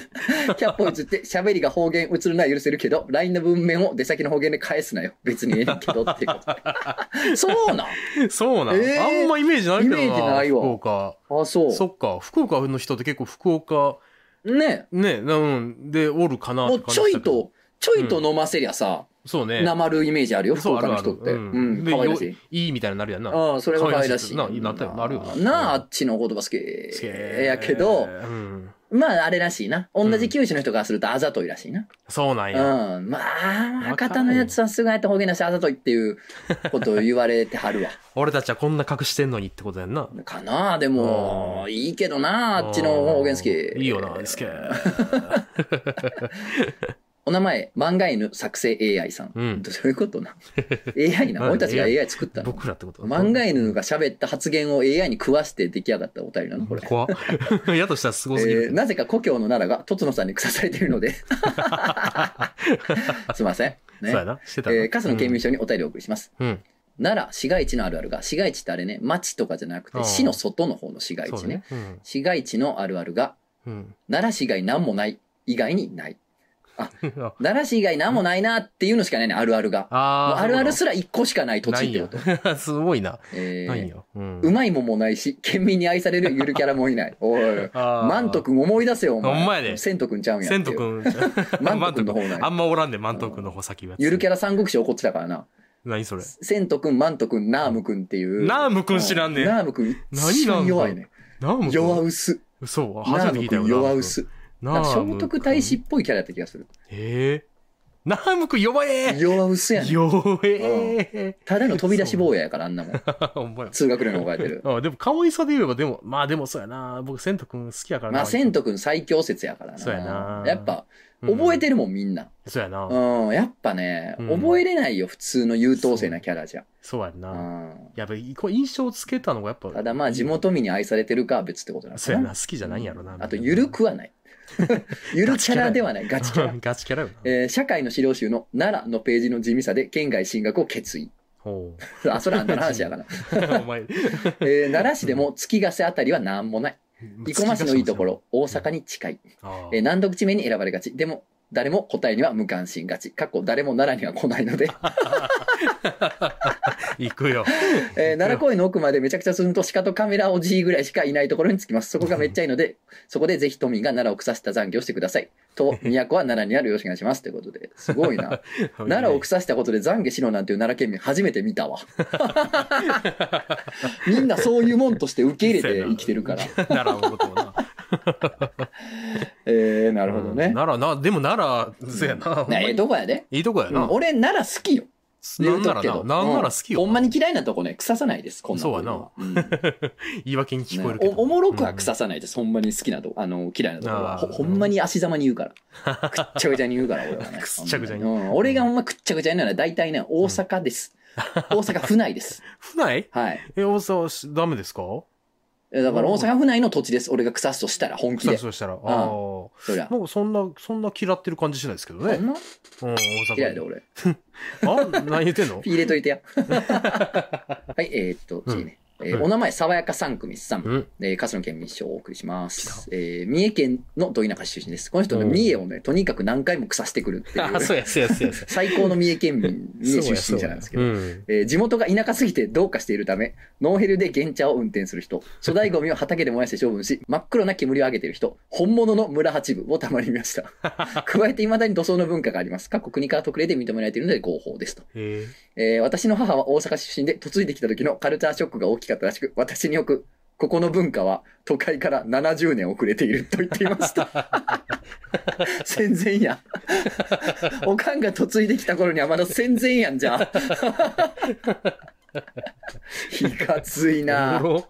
S1: キャップを移って喋りが方言移るのは許せるけど、LINE の文面を出先の方言で返すなよ。別にええけどって こと。そうなん
S2: そうなん、
S1: えー
S2: あんまイメージないけどな。
S1: イメージないわ
S2: 福岡。
S1: あ、そう。
S2: そっか。福岡の人って結構福岡、
S1: ね
S2: ね、なうん、で、おるかなっ
S1: も
S2: て
S1: う
S2: 感じ
S1: ちょ
S2: した
S1: い
S2: けど。
S1: と、ちょいと飲ませりゃさ、
S2: そうね。
S1: なまるイメージあるよ、福
S2: そうあ
S1: 岡
S2: る
S1: の
S2: ある
S1: 人って。
S2: うん
S1: うん、
S2: で
S1: 可愛らしい
S2: よ。いいみたいになるやんな。
S1: ああ、それは可愛らしい。
S2: 可愛らしいななったよなるよな
S1: なあ、あ
S2: うん
S1: っちのお言葉好き
S2: すげえ
S1: やけど、
S2: うん
S1: まあ、あれらしいな。同じ九州の人からするとあざといらしいな。
S2: そうなん
S1: う
S2: や。
S1: ん。まあ、博多のやつはすぐやった方言なし、あざといっていうことを言われてはるわ。
S2: 俺たちはこんな隠してんのにってことやんな。
S1: かなあ、でも、いいけどなあ、あっちの方言好き。
S2: いいよな、 すげえ。
S1: お名前、漫画犬作成 AI さん。
S2: うん
S1: どういうことな ?AI な。俺たちが AI 作ったの。
S2: 僕らってこと
S1: 漫画犬が喋った発言を AI に食わして出来上がったお便りなのこれ。
S2: 怖っ やとしたらすごすぎ
S1: え
S2: る
S1: ー。なぜか故郷の奈良がとつのさんに腐されているの ですいません、ね
S2: そうやな。して
S1: え
S2: たな。
S1: ー、カスの県民賞にお便りをお送りします、
S2: うんうん
S1: 奈良市街地のあるあるが市街地ってあれね町とかじゃなく
S2: あ
S1: て
S2: ー
S1: 市の外の方の市街
S2: そう
S1: 地
S2: だ
S1: ね
S2: ね。うん
S1: 市街地のあるあるが
S2: うん。
S1: 奈良市以外なんもない以外にない
S2: あ
S1: 奈良市以外なんもないなっていうのしかないねあるあるがもう
S2: あー
S1: あるあるすら一個しかない土地ってこと、
S2: と。 すごいな。
S1: え
S2: ない
S1: ー
S2: よ。うん
S1: うまいもんもないし県民に愛されるゆるキャラもいないおい
S2: あー
S1: マント君思い出せよお前
S2: ほんまやで
S1: セント君ちゃうんやってい
S2: 千
S1: う
S2: とくん。
S1: マント君の方
S2: マ
S1: な
S2: ント君あんまおらんで、マント君の方先は。
S1: ゆるキャラ三国志怒ってたからな。
S2: 何それ。
S1: セント君、マント君、ナーム君っていう。
S2: ナーム君知らんねん
S1: うナーム君、
S2: 何
S1: 一
S2: ナ
S1: 番
S2: ーム君
S1: 弱いね。
S2: ナーム君
S1: 弱薄。
S2: そう、
S1: ナ
S2: 初
S1: ー
S2: めて聞
S1: ム
S2: いたよ。
S1: 君、弱薄。
S2: ナー
S1: なん
S2: ム
S1: か
S2: 君。
S1: 聖徳太子っぽいキャラやった気がする。
S2: へえ。ナーム君弱え
S1: 弱薄やねん。
S2: 弱え
S1: ただの飛び出し坊ややから、あんなもん。
S2: ほんまや
S1: 通学路に置かれて る。
S2: あでも可愛さで言えばでもまあでもそうやな僕千と君好きやからな
S1: まあ、セント君最強説やからな。
S2: そうやな
S1: やっぱ、覚えてるもん、みんな。
S2: うんそうやな
S1: うん、やっぱね、
S2: うん
S1: 覚えれないよ、普通の優等生なキャラじゃ。
S2: そうやん
S1: う。
S2: なんやっぱこう印象つけたのがやっぱ
S1: ただまあ、地元民に愛されてるかは別ってことなの
S2: そ
S1: か
S2: うや
S1: な
S2: な好。きじゃないんやろな
S1: あと、ゆるくは ない。ゆるキャラではない。ガ
S2: ガ
S1: チキ
S2: チ
S1: ャ
S2: キャ
S1: ラ
S2: ラ。 ガチキャラよな
S1: えー社会の資料集の奈良のページの地味さで県外進学を決 意。
S2: ほう
S1: あ、それあんたの話やから。
S2: お前
S1: えー奈良市でも月ヶ瀬あたりは何もない。生駒市のいいところ、大阪に近い。
S2: あ
S1: えー
S2: ー
S1: 難読地名に選ばれがち。でも、誰も答えには無関心がち。かっこ誰も奈良には来ないので、
S2: 行くよ
S1: えー奈良公園の奥までめちゃくちゃ進むと鹿とカメラおじいぐらいしかいないところに着きます。そこがめっちゃいいので、そこでぜひ都民が奈良を腐した残業をしてくださ い。と、都は奈良にあるよろしくお願いします。ということで、すごいな。奈良を腐したことで懺悔しろなんていう奈良県民初めて見た わ みんなそういうもんとして受け入れて生きてるから
S2: 奈良のことをな
S1: えー、なるほど
S2: うん
S1: ね、
S2: 奈良なでも奈良そう やな
S1: ねええとこやで、
S2: いいとこや
S1: う
S2: なん
S1: 俺奈良好きよ
S2: な
S1: 言
S2: ん
S1: う
S2: な
S1: とく
S2: ら
S1: け
S2: なな
S1: ど
S2: んなら好きよ
S1: うんほんまに嫌いなとこね腐さないですこんな
S2: そうやな
S1: こんなうん
S2: 言い訳に聞こえるけ
S1: ね
S2: ど
S1: おおもろくは腐さないです、ほんまに好きなとこあの嫌いなとこは
S2: あー
S1: ほほんまに足ざまに言う からくっちゃくちゃに言うから俺はね
S2: くっちゃくちゃに
S1: うん俺がほんまくっちゃくちゃになるのは大体ね大阪 です、大阪府内です
S2: 府内
S1: はい
S2: え大阪しダメですか
S1: えだから大阪府内の土地です。俺が草すとしたら本気
S2: そう
S1: で。
S2: そうしたらああ
S1: そりゃ。
S2: なんかそんなそんな嫌ってる感じしないですけど
S1: そ
S2: ね
S1: んな
S2: うん大阪
S1: 嫌いで俺。
S2: あ何言ってんの
S1: ピー入れといて や。はい、えーっと、次ね。えー
S2: うん
S1: お名前、爽やか三組さん。
S2: うん
S1: えー、勝野県民賞をお送りします。えー、三重県のど田舎出身です。この人ね、
S2: うん
S1: 三重をね、とにかく何回も腐してくるっていう、
S2: うやそうやそうやそ
S1: 最高の三重県民、三重出身者なんですけど
S2: う。ん
S1: えー地元が田舎すぎてどうかしているため、ノーヘルで原茶を運転する人、粗大ゴミを畑で燃やして処分し、 真っ黒な煙を上げている人、本物の村八部をたまに見ま した。加えて未だに土葬の文化があります。各国から特例で認められているので合法ですと。え
S2: え
S1: ー私の母は大阪出身で、嫁いできた時のカルチャーショックが大きかったらしく、私によく、ここの文化は都会から70年遅れていると言っていま した。戦前や。 おかんが嫁いできた頃にはまだ戦前やんじゃあ。いかついな
S2: おもろ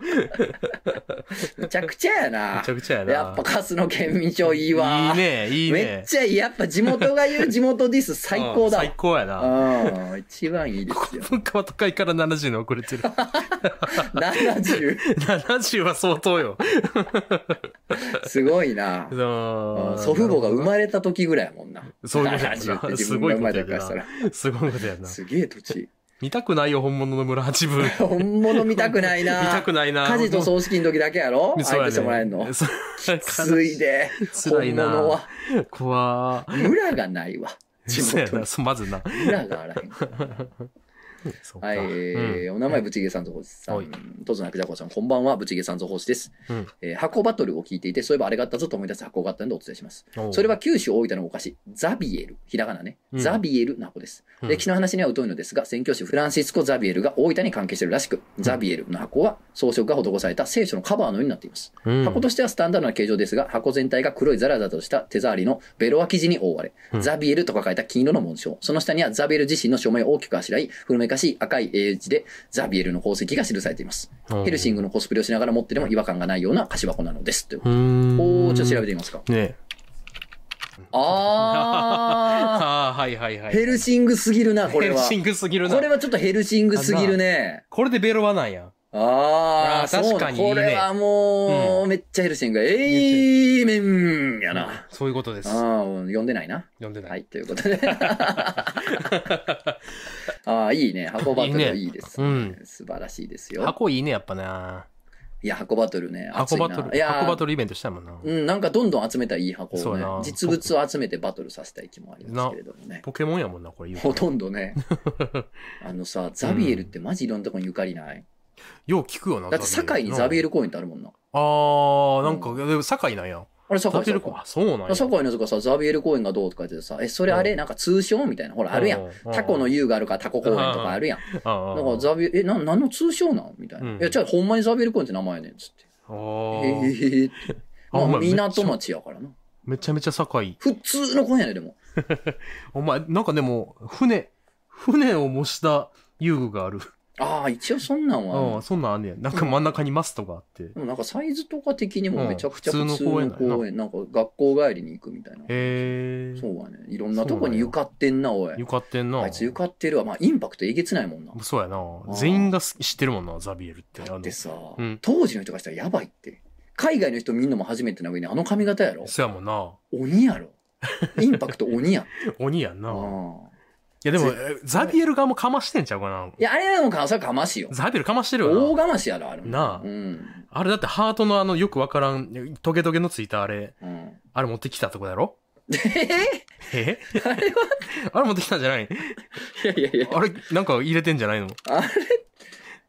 S1: むちゃくちゃやな
S2: めちゃくちゃやな。
S1: やっぱカスの県民賞いいわ
S2: いいね、いいね。
S1: めっちゃいいやっぱ地元が言う地元ディス最高だ
S2: うん最高やな。
S1: うん一番いいですよ
S2: 文化は都会から70の遅れてる。
S1: 70
S2: 70は相当よ。
S1: すごいな
S2: うん祖
S1: 祖父母が生まれた時ぐらいやもんな
S2: そういうことや な
S1: 70って自
S2: す
S1: 分
S2: ごい
S1: が生
S2: こと
S1: まれ
S2: や
S1: たからした
S2: な
S1: ら。
S2: すごいことやな。
S1: すげえ土地
S2: 見たくないよ、本物の村八分。見
S1: 本物見たくない な
S2: たくないな。
S1: 家事と葬式の時だけやろ
S2: そう
S1: 相手
S2: やね
S1: してもらえんの
S2: そう
S1: ついで
S2: 辛い
S1: 本
S2: な
S1: 物は
S2: 怖
S1: 村がないわ地
S2: そうや
S1: 元に
S2: な、そうまずな。
S1: 村があらへんから
S2: そうか
S1: はい、え
S2: うん
S1: ーお名前、ぶちげさんぞほしさ
S2: はい
S1: ん。とぞなくじゃこさん、こんばんは、ぶちげさんぞほしです。
S2: うん
S1: えー箱バトルを聞いていて、そういえばあれがあったぞと思い出す箱があったのでお伝えします。
S2: おう
S1: それは九州大分のお菓子、ザビエル、ひらがなね。
S2: うん
S1: ザビエルな箱です。
S2: うん
S1: 歴史の話には疎いのですが、宣教師フランシスコ・ザビエルが大分に関係してるらしく、ザビエルの箱は装飾が施された聖書のカバーのようになっています。
S2: うん
S1: 箱としてはスタンダードな形状ですが、箱全体が黒いザラザラとした手触りのベロア生地に覆われ、
S2: うん
S1: ザビエルと書かれた金色の紋章、その下にはザビエル自身の署名を大きくあしらい、古めかしい赤い英字でザビエルの功績が記されています。ヘルシングのコスプレをしながら持ってでも違和感がないような菓子箱なのです。という
S2: うーん。
S1: おー、ちょっと調べてみますか。
S2: ねえ
S1: あ
S2: ああ、はいはいは
S1: ー、
S2: い。
S1: ヘルシングすぎるな、これは
S2: ヘル。シングすぎるな。
S1: こ
S2: こ
S1: れ
S2: れ
S1: はちょっとヘルシングすぎるね。
S2: でベロはなんや。
S1: あー、
S2: あー
S1: そう
S2: 確かにいい
S1: こ
S2: ね
S1: れはもう、めっちゃヘルシング。えいめんやな。
S2: そういうことです。
S1: ああ、うん読んでないな。
S2: 読んでな。
S1: はいい、ということ で。ああ、いいね。箱バトルいいです、ね
S2: いいね
S1: 素晴らしいですよ。
S2: 箱いいね、やっぱな。
S1: いや、箱バトルね。熱
S2: 箱
S1: いな
S2: バト
S1: い
S2: ル、
S1: や、
S2: 箱バトルイベントしたいもんな。
S1: うん、なんかどんどん集めたいい箱
S2: そ
S1: を
S2: う
S1: ね
S2: やな、
S1: 実物を集めてバトルさせたい気もありますけれどもね。
S2: ポケモンやもんな、これ言う
S1: ほ
S2: と。
S1: とんど ね。あのさ、ザビエルってマジいろんなとこにゆかりない、
S2: よう聞くよな。
S1: だって堺にザビエル公園ってあるもんな。
S2: あー、なんか、でも堺なんや。
S1: あれ堺
S2: 立て
S1: 堺
S2: る子。あ、そうなんや。
S1: 堺のとこさ、ザビエル公園がどうとか言ってさ、え、それあれ、
S2: うん
S1: なんか通称みたいな。ほら、あるやん。
S2: う。
S1: タコの
S2: 湯。
S1: 湯があるからタコ公園とかあるやん。
S2: あ
S1: なんかザビエル、え、なん、何の通称なんみたいな。
S2: うん
S1: いや、じゃあ、ほんまにザビエル公園って名前やねん、つって。へ
S2: あー
S1: えへえって。
S2: あお
S1: まあ、
S2: 前
S1: 港町やからな。
S2: めちゃめちゃ堺。
S1: 普通の公園やねでも。
S2: お前、なんかでも、船、船を模した遊具がある。
S1: ああ、一応そんなん
S2: あ
S1: は。
S2: あ、そんなんあんねや。なんか真ん中にマストがあって。
S1: でもなんかサイズとか的にもめちゃくちゃ
S2: うん
S1: 普
S2: 普
S1: 通
S2: 通
S1: の
S2: の
S1: 公
S2: 公
S1: 園
S2: 園、
S1: なんか学校帰りに行くみたいな。
S2: へえ。
S1: そうはね。いろんなとこにゆかってんな、おい
S2: よ。かってんな。
S1: あいつゆかってるわ。まあ、インパクトえげつないもんな。
S2: そうやな。全員がす知ってるもんな、ザビエルって。
S1: だってさ、
S2: うん
S1: 当時の人がしたらやばいって。海外の人みんなも初めてな上にあの髪型やろ
S2: の。そうやもんな。
S1: 鬼 やろ。インパクト鬼やん。
S2: 鬼やんな。
S1: う
S2: い
S1: ん
S2: やでも
S1: 絶、
S2: ザビエル側もかましてんちゃうかな。
S1: いや、あれはもうか、それはかましよ。
S2: ザビエルかましてる
S1: 大
S2: よな。
S1: がましやろ、あれも。
S2: なあ
S1: うん。
S2: あれだってハートのあのよくわからん、トゲトゲのついたあれ、
S1: うん。
S2: あれ持ってきたとこだろ
S1: えへ
S2: え
S1: へあれは
S2: あれ持ってきたんじゃない
S1: いやいやいや、
S2: あれ、なんか入れてんじゃないの
S1: あれ、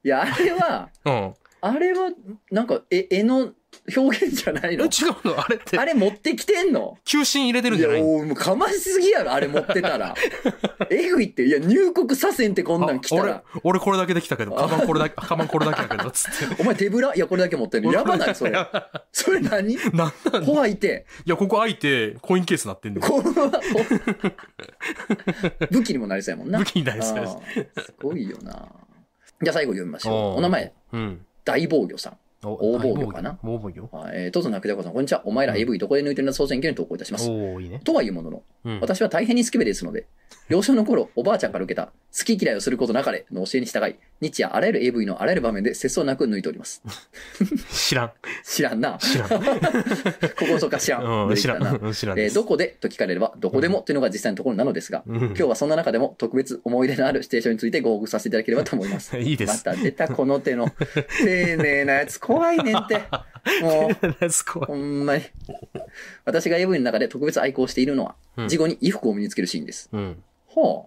S1: いや、あれは、
S2: うん。
S1: あれは、なんか、え、絵の表現じゃない
S2: え違う
S1: の
S2: のあれって
S1: あ、れ持ってきてんの
S2: 球心入れてるん
S1: い
S2: じ
S1: や、
S2: ゃないの
S1: おうもうかましすぎやろ、あれ持ってた ら。えぐいって、いや、入国させんってこんなん来
S2: あ
S1: たら。
S2: 俺、俺これだけできたけど、カバンこれだけ、カバンこれだけやけど、つって。
S1: お前手ぶらいや、これだけ持ってるの。 やばない、 それ。それ何
S2: なんなんい
S1: 怖いって。
S2: や、ここ開いて、コインケースなってんだよ。
S1: こ う、こう武器にもなりそうやもんな。
S2: 武器になりそうやし
S1: あーすごいよな。じゃあ最後読みましょう。
S2: おう
S1: お名前、
S2: うん。
S1: 大防御さん。
S2: お
S1: 大防御かな
S2: 大防御
S1: はいえー、とぞなくじゃこさん、こんにちは。お前ら AV どこで抜いてるんだ総選挙に投稿いたします。
S2: おおいいね。
S1: とはいうものの、
S2: うん
S1: 私は大変にスケベですの で、幼少の頃、おばあちゃんから受けた、好き嫌いをすることなかれの教えに従い、日夜あらゆる AV のあらゆる場面で節操なく抜いております。
S2: 知らん。
S1: 知らんな。こ
S2: 知らん。
S1: こそか知らん。
S2: うん、
S1: 出てき
S2: 知
S1: た
S2: ら。
S1: なん
S2: うん知らん
S1: え
S2: で
S1: ー
S2: す。
S1: どこでと聞かれれば、どこでもというのが実際のところなのですが、
S2: 今。
S1: 今日はそんな中でも特別思い入れのあるステーションについてご報告させていただければと思います
S2: いいで。
S1: ますた出たこの 手の丁寧なやつ怖いねんって。もう、
S2: すごい。
S1: ほんまに。私が AV の中で特別愛好しているのは、
S2: うん
S1: 事後に衣服を身につけるシーンです。
S2: うん。
S1: は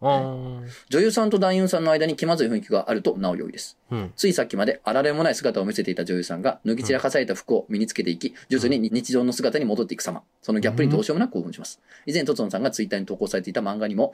S1: あ。
S2: あー
S1: 女優さんと男優さんの間に気まずい雰囲気があるとなお良いです。
S2: うん。
S1: ついさっきまであられもない姿を見せていた女優さんが脱ぎ散らかされた服を身につけていき、徐々に日常の姿に戻っていく様。そのギャップにどうしようもなく興奮します。以前、トツノさんがツイッターに投稿されていた漫画にも、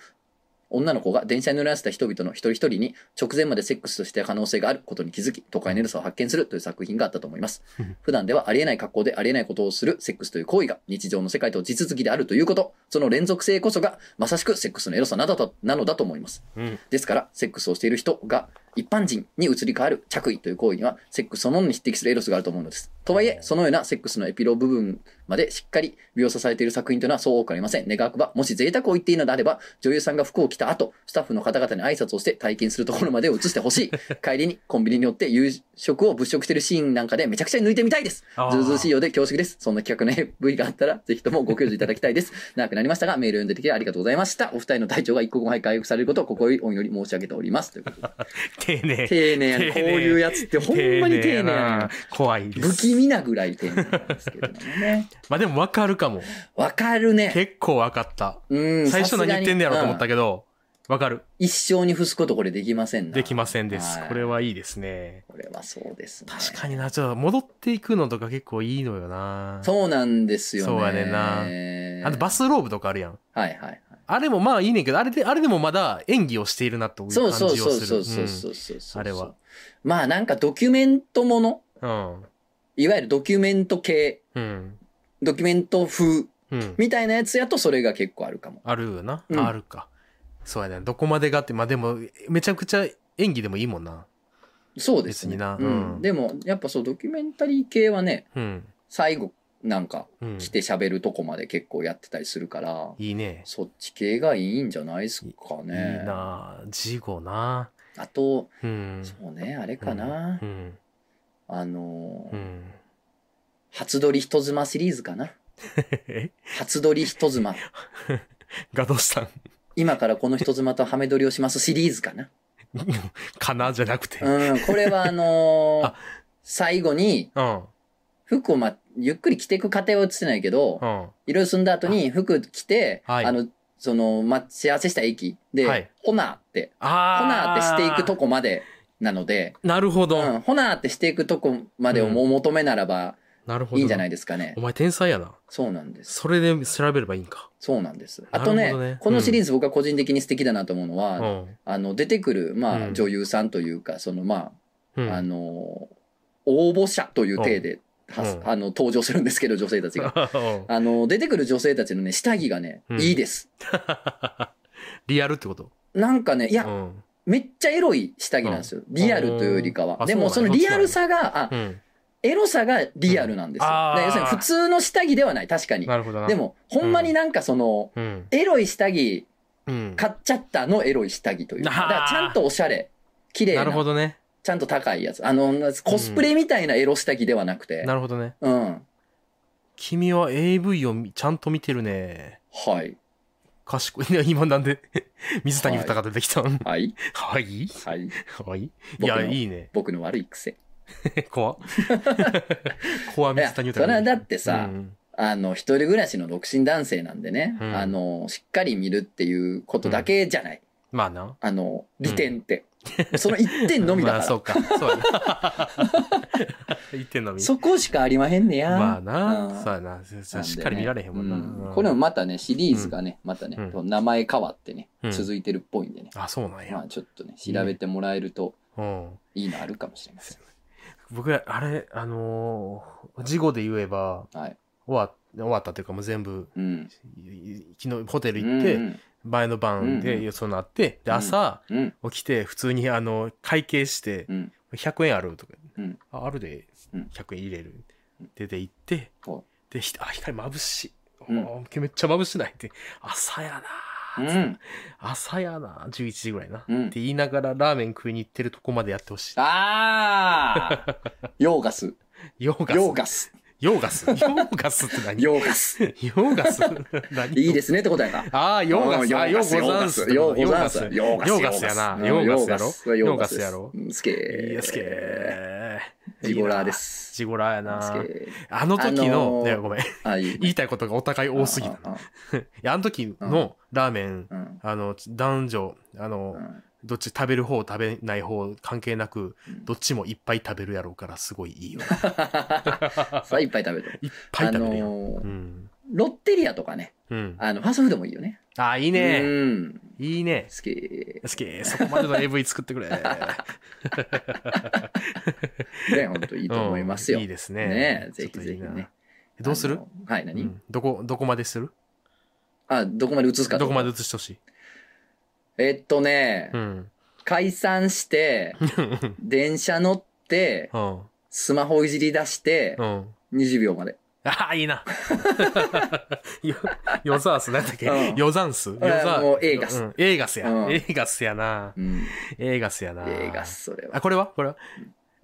S1: 女の子が電車に乗り合わせた人々の一人一人に直前までセックスとして可能性があることに気づき、都会の良さを発見するという作品があったと思います
S2: うん。
S1: 普段ではありえない格好でありえないことをするセックスという行為が日常の世界と地続きであるということ、その連続性こそがまさしくセックスのエロさなどとなのだと思います。
S2: うん。
S1: ですから、セックスをしている人が一般人に移り変わる着衣という行為には、セックスそのものに匹敵するエロスがあると思うのです。とはいえ、そのようなセックスのエピロー部分までしっかり描写されている作品というのはそう多くありません。願わくば、もし贅沢を言っていいのであれば、女優さんが服を着た後、スタッフの方々に挨拶をして体験するところまでを映してほしい。帰りにコンビニに寄って夕食を物色しているシーンなんかでめちゃくちゃ抜いてみたいです。
S2: あー
S1: ずうずうしいようで恐縮です。そんな企画の AV があったら、ぜひともご教授いただきたいです。長くなりましたが、メールを読んでいただきありがとうございました。お二人の体調が一刻も早く回復されることを心よりお祈り申し上げております。という ことで
S2: 丁寧。
S1: 丁寧やねこういうやつってほんまに丁寧やね
S2: な怖いです。
S1: 不気味なぐらい丁寧なんですけれどもね。
S2: まあでもわかるかも。
S1: わかるね。
S2: 結構わかった。
S1: うん、
S2: 最初何言ってんねやろと思った
S1: けど。
S2: けど、わかる。
S1: 一生に伏すことこれできませんな。
S2: できませんです
S1: は。い
S2: これはいいですね。
S1: これはそうですね。
S2: 確かにな、ちょっと戻っていくのとか結構いいのよな。
S1: そうなんですよね。
S2: そうやねん
S1: な
S2: あとバスローブとかあるやん。
S1: はいはいはい。
S2: あれもまあいいねんけど、あれで、あれでもまだ演技をしているなという
S1: そ
S2: 感
S1: う
S2: じ
S1: そ
S2: を
S1: う
S2: する。
S1: そうそうそうそうそうそう。
S2: あれは。
S1: まあなんかドキュメントもの、
S2: うん。うん。
S1: いわゆるドキュメント系、
S2: うん。
S1: ドキュメント風
S2: うん。
S1: みたいなやつやとそれが結構あるかも。
S2: あるよな。
S1: うん
S2: あるか。そうやね。どこまでがって、まあでも、めちゃくちゃ演技でもいいもんな。
S1: そうですね。
S2: 別にな
S1: う
S2: うん
S1: ん。でもやっぱそうドキュメンタリー系はね、
S2: うん。
S1: 最後なんか
S2: うん。
S1: 来て喋るとこまで結構やってたりするから、
S2: いいね。
S1: そっち系がいいんじゃないですかね。
S2: いいな事後な
S1: あと、
S2: うん。
S1: そうね、あれかな。
S2: うん。
S1: あのー
S2: うん。
S1: 初撮り人妻シリーズかな。
S2: え
S1: 初撮り人妻。
S2: ガドスさん。
S1: 今からこの人妻とハメ撮りをしますシリーズかな。
S2: かなじゃなくて。う
S1: う
S2: ん。
S1: ん、これはあのー
S2: あ
S1: 最後に
S2: うん。
S1: 服を、ま、ゆっくり着ていく過程は映ってないけど、いろいろ済んだ後に服着て、あ,、
S2: はい
S1: の、その、待ち合わせした駅で、
S2: はい
S1: ホナーって、
S2: あ
S1: ホ
S2: ー
S1: ナーってしていくとこまでなので、
S2: なるほど。
S1: うん、ホナーってしていくとこまでをもう求めならば
S2: なるほど。
S1: いいんじゃない
S2: で
S1: ですかね
S2: お。前天才やな。
S1: そうなんです。
S2: それで調べればいいんか。
S1: そうなんです。あ
S2: なる
S1: と
S2: ほどね
S1: ね、
S2: うん
S1: このシリーズ僕は個人的に素敵だなと思うの
S2: う
S1: は、
S2: ん。
S1: あの、出てくる、ま
S2: う
S1: あ、
S2: ん
S1: 女優さんというか、その、まあ、
S2: うん
S1: あの、応募者という体で、は
S2: うん
S1: あの、登場するんですけど、女性たち が。あの、出てくる女性たちのね、下着がね、
S2: うん
S1: いいです。
S2: リアルってこと
S1: なんかね、いや、
S2: うん。
S1: めっちゃエロい下着なんですよ。リアルというよりか
S2: うんあ
S1: は。でも、
S2: そ
S1: そう
S2: なん
S1: の
S2: や
S1: リアルさが、あ
S2: う、ん。
S1: エロさがリアルなんですよ。
S2: うんあー
S1: だから要するに、普通の下着ではない、確かに。
S2: なるほどな。
S1: で、も、ほんまになんかその、
S2: うん。
S1: エロい下着、
S2: うん。
S1: 買っちゃったのエロい下着というか。
S2: あ
S1: だ
S2: ー
S1: から、ちゃんとおしゃれ、綺麗
S2: な
S1: な
S2: るほどね。
S1: ちゃんと高いやつ。あの、コスプレみたいなエロ下着ではなくて
S2: な。るほどね。
S1: うん。
S2: 君は AV をみちゃんと見てるね。
S1: はい。
S2: 賢い。いや、今なんで、 水谷豊が出てきたん
S1: はい。
S2: はい
S1: はい。
S2: はい。い
S1: 僕の
S2: や、いいね。
S1: 僕の悪い癖。
S2: 怖怖水
S1: い
S2: 谷豊
S1: やそれはだってさ
S2: うん
S1: あの、一人暮らしの独身男性なんでね、
S2: うん
S1: あの、しっかり見るっていうことだけじゃない。
S2: まあな。
S1: あの、利点って。その一点のみだか
S2: まあ、
S1: ら。
S2: そう
S1: そ
S2: か。そうやな。一点のみ。
S1: こしかありまへんねや。
S2: まあな。
S1: うん
S2: そうやな。そ
S1: なんでね
S2: しっかり見られへんもんな。
S1: う
S2: うん
S1: これもまたね、シリーズがね、またね、
S2: う
S1: 名前変わってね、
S2: うん
S1: 続いてるっぽいんでね。
S2: あ、そうなん
S1: ま
S2: や
S1: あ。ちょっとね、調べてもらえると
S2: うん。
S1: いいのあるかもしれません。
S2: 僕ら、あれ、あのー、事後で言えば、
S1: はい。
S2: 終わ終わったというか、もう全部、
S1: うん。
S2: い昨日ホテル行って、
S1: うん
S2: 前の晩
S1: う
S2: で
S1: んうん
S2: よそうなって、で
S1: うん
S2: 朝
S1: うん。うん
S2: 起きて普通にあの会計して
S1: うん
S2: 「100円ある?」とか
S1: うん
S2: 「ああるで
S1: うん
S2: 100円入れる
S1: うん」
S2: 出て行って
S1: はい
S2: でひあ光眩しい
S1: うん
S2: おーめっちゃ眩しないって朝や
S1: う
S2: なー
S1: ん。
S2: 朝やなー11時ぐらいなっ
S1: うん
S2: て言いながらラーメン食いに行ってるとこまでやってほしい
S1: ああヨーガス。
S2: ヨーガス
S1: ヨーガス。
S2: ヨーガスヨーガスって何ヨ
S1: ヨーガス。
S2: ーガス何
S1: いいですねってことやな。
S2: ああヨーガスあ
S1: あ
S2: ようござんす
S1: ようござんす。
S2: ヨ
S1: よう
S2: ー
S1: ござ
S2: ガスヨーガ
S1: んす
S2: スやな
S1: よ
S2: ヨ
S1: う
S2: ー
S1: ござん
S2: ガスやろ
S1: すようござんす
S2: ヨーガスやろ
S1: うんすけー
S2: いいですけー
S1: ジゴラーです。
S2: ジゴラーや
S1: すけ
S2: な。
S1: ー
S2: あの時の、
S1: あのー
S2: いやごめん、
S1: ああ、いい。
S2: 言いたいことがお互い多すぎたな。い
S1: あ
S2: や、あの時のラーメン、
S1: あああうん
S2: あの、男女、あの
S1: う、ん
S2: どっち食べる方、食べない方関係なく、
S1: うん
S2: どっちもいっぱい食べるやろうから、すごいいい よ。
S1: さあ、いっぱい食べる。
S2: いっぱい食べるや
S1: あ
S2: ん。
S1: のー
S2: うん。
S1: ロッテリアとかね、
S2: うん。
S1: あの、ファストフードもいいよね。
S2: あ、いいね。
S1: うん。
S2: いいね。
S1: すけ
S2: 好き。そこまでの AV 作っ てくれ。
S1: ーね、ほんといいと思いますよ。
S2: うんいいですね。
S1: ねえぜ
S2: ちょ
S1: ひ
S2: っといいな
S1: ぜひね。
S2: どうする
S1: あのはい、
S2: う
S1: 何
S2: んどこ、どこまでする
S1: あ、どこまで映すか
S2: どこま
S1: で
S2: で映してほしい
S1: えっとね
S2: う、ん。
S1: 解散 して、電車乗って、
S2: うん。
S1: スマホいじり出して、
S2: うん。
S1: 20秒まで。
S2: ああ、いいな。 よヨザースなんだっけ、
S1: うん
S2: ヨザンスヨザ
S1: あもうエーガス
S2: うんエーガスや。
S1: うん
S2: エーガスやな。
S1: うん。
S2: エーガスやな。
S1: 映画、それ
S2: あ、
S1: は。
S2: これはこれは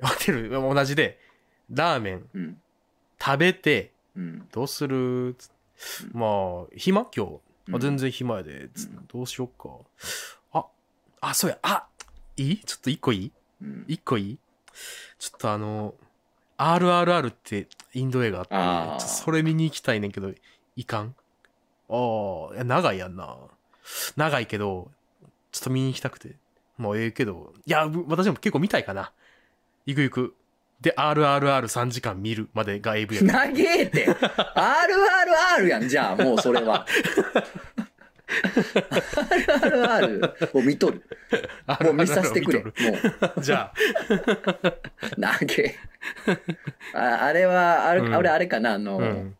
S2: ホテル、同じで、ラーメン
S1: うん。
S2: 食べて、
S1: うん。
S2: どうするつまあ、暇今日。あ全然暇やで。つ
S1: うん
S2: どうしよっか。あ、あ、そうや。あ、いいちょっと一個いい
S1: うん。
S2: 一個いいちょっとあの、RRR ってインド映画あ
S1: あー
S2: って、ちょっとそれ見に行きたいねんけど、いかんああ、いや長いやんな。長いけど、ちょっと見に行きたくて。もうええけど、いや、ぶ私も結構見たいかな。行く行く。で、RRR3 時間見るまでが AV やから。
S1: 長えって !RRR やん、じゃあ、もうそれ は。RRR を見とる。もう見させてくれ。
S2: RRR
S1: も
S2: 見
S1: う
S2: とる。じゃ
S1: 長え。ああれは、あれ、
S2: うん
S1: 俺あれかな、あの、
S2: あ、うん。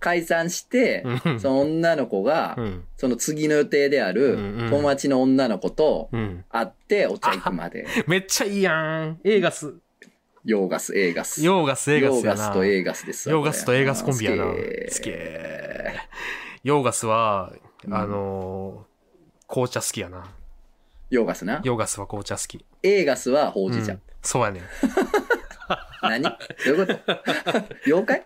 S1: 解散して、
S2: うん
S1: その女の子が、
S2: うん。
S1: その次の予定であ
S2: う
S1: る
S2: んうん
S1: 友達の女の子と
S2: うん。
S1: 会ってお茶行くまで。
S2: めっちゃいいやん。映画ス。
S1: ヨーガス、エーガス。
S2: ヨーガス、映画
S1: ヨ
S2: ス
S1: ー
S2: や
S1: ガ
S2: な。
S1: スとエーガスですわ
S2: ヨーガスと映画スコンビやな。
S1: 好
S2: 好
S1: き
S2: き。ヨーガスは、あのー紅茶好きやな。
S1: ヨーガスな。
S2: ヨーガスは紅茶好き。
S1: エーガスはほうじ茶
S2: うん。そうやねん。
S1: 何 どういうこと妖怪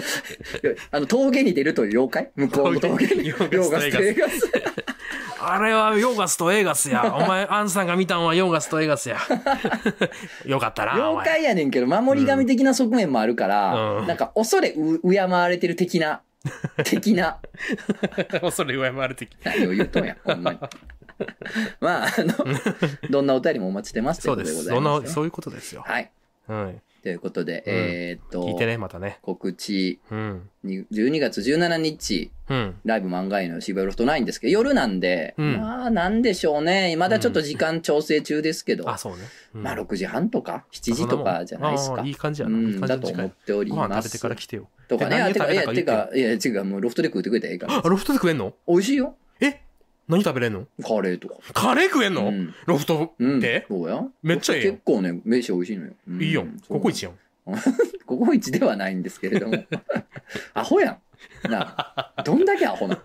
S1: あの、峠に出るという妖怪向こうの峠に。ヨ
S2: ヨーガ
S1: ーガ
S2: ス
S1: ス
S2: と
S1: と
S2: エ
S1: エーガス。
S2: あれはヨーガスとエーガスや。お 前、アンさんが見たんはヨーガスとエーガ スや。よかったな。お
S1: 妖
S2: 前
S1: 怪やねんけど、守り神的な側面もあるから、
S2: うん
S1: なんか、恐れう敬われてる的な、 的な、
S2: 恐れ上回る的。
S1: 何を言うとんや、ほん まに。まあ、あの、どんなお便りもお待ちしてますとい
S2: そうう
S1: こと
S2: で
S1: でご
S2: す。
S1: ざい
S2: そ
S1: ま
S2: の
S1: す、ね。
S2: そういうことですよ。
S1: はい。
S2: うん。
S1: ということで、
S2: うん
S1: えーっと、
S2: 聞いてね、またね。
S1: 告知
S2: うん。
S1: に、12月17日、
S2: うん。
S1: ライブ漫画の渋谷ロフトないんですけど、夜なんで、
S2: うん
S1: まあなんでしょうね。まだちょっと時間調整中ですけど、
S2: あ、そうね。うん
S1: まあ6時半とか7時とかじゃないです
S2: あ
S1: か。
S2: ーいい感じや
S1: う
S2: な。いい
S1: ん、
S2: 感じ
S1: だ
S2: の
S1: と
S2: 時
S1: 思
S2: 間
S1: っ。ており
S2: ご
S1: ま
S2: 飯食べ
S1: す。
S2: てから来てよ。
S1: とかね、
S2: で
S1: あ、てか、いや、
S2: 何を食
S1: て
S2: べたか
S1: か、いや、違う、もうロフトで食うてくれたらええから
S2: あ、。ロフトで食えんの
S1: 美味しいよ。
S2: え何食べれんの
S1: カレーとか。
S2: カレー食えん
S1: う
S2: の、
S1: ん。
S2: ロフト
S1: うん。
S2: で、
S1: そうや。
S2: めっちゃええやん
S1: 結構ね、飯美味しいのよ。うん
S2: いいよ。ココイ。チやん。
S1: そうココイチではないんですけれど も。アホやん。なあどんだけアホな。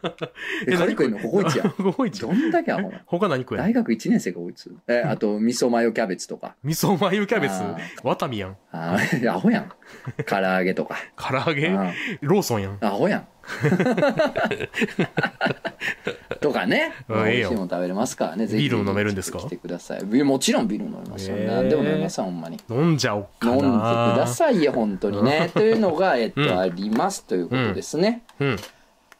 S1: え、カレー食えんのココイチやん。
S2: ココイチ。
S1: どんだけアホな。
S2: 他何食えんの
S1: 大学1年生がこいつ。え、あと、味噌マヨキャベツとか。
S2: 味噌マヨキャベツ
S1: あ
S2: ワタミやん。
S1: あーアホやん。唐揚げとか。
S2: 唐揚げ
S1: うん
S2: ローソンやん。
S1: アホや ん。とかね。
S2: うんええ
S1: 美味
S2: よ
S1: しいもん食べれますからね。ぜひ
S2: ビールも飲めるんですか
S1: 来てください。ビールもちろんビール飲めますよ。
S2: ええ
S1: 何でも飲めますよほんまに。
S2: 飲んじゃおっか
S1: 飲
S2: なん
S1: でくださいよ、本当にね。というのが、えっと、ありますということですね。
S2: うん。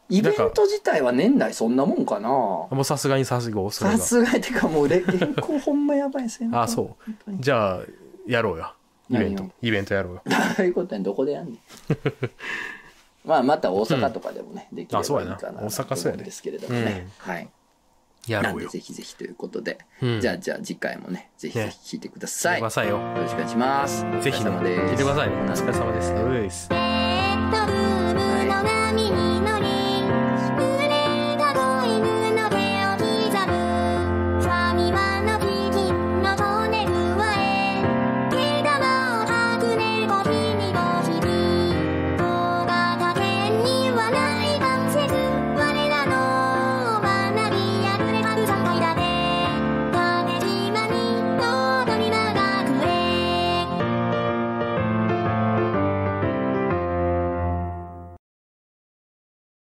S1: イベント自体は年内そんなもんかな。
S2: もうさすがにさすがそれ
S1: さ
S2: が。。
S1: すがに、てかもう、れ原稿ほんまやばいですよ
S2: あそう
S1: 本当に。
S2: じゃあ、やろうや。イベン
S1: 何
S2: ト。イベントやろうよ。
S1: ということでどこでや んねんまあまた大阪とかでもね、できればい
S2: あ
S1: い
S2: そうやな
S1: かな
S2: 大阪そ
S1: と
S2: うやね
S1: 思んですけれどもね、はい
S2: や
S1: なん
S2: ろう
S1: で
S2: よ。
S1: ぜひぜひということで、
S2: うん
S1: じゃあじゃあ次回もねぜひぜひ聞いてくだ
S2: 聞い
S1: さ
S2: て
S1: い、
S2: くださいよ。
S1: よろしくお願いします
S2: ぜひね、
S1: お疲れ様です
S2: 聞いてくださいね。お疲れ様です。お疲れ様です。
S3: ペットブームの波に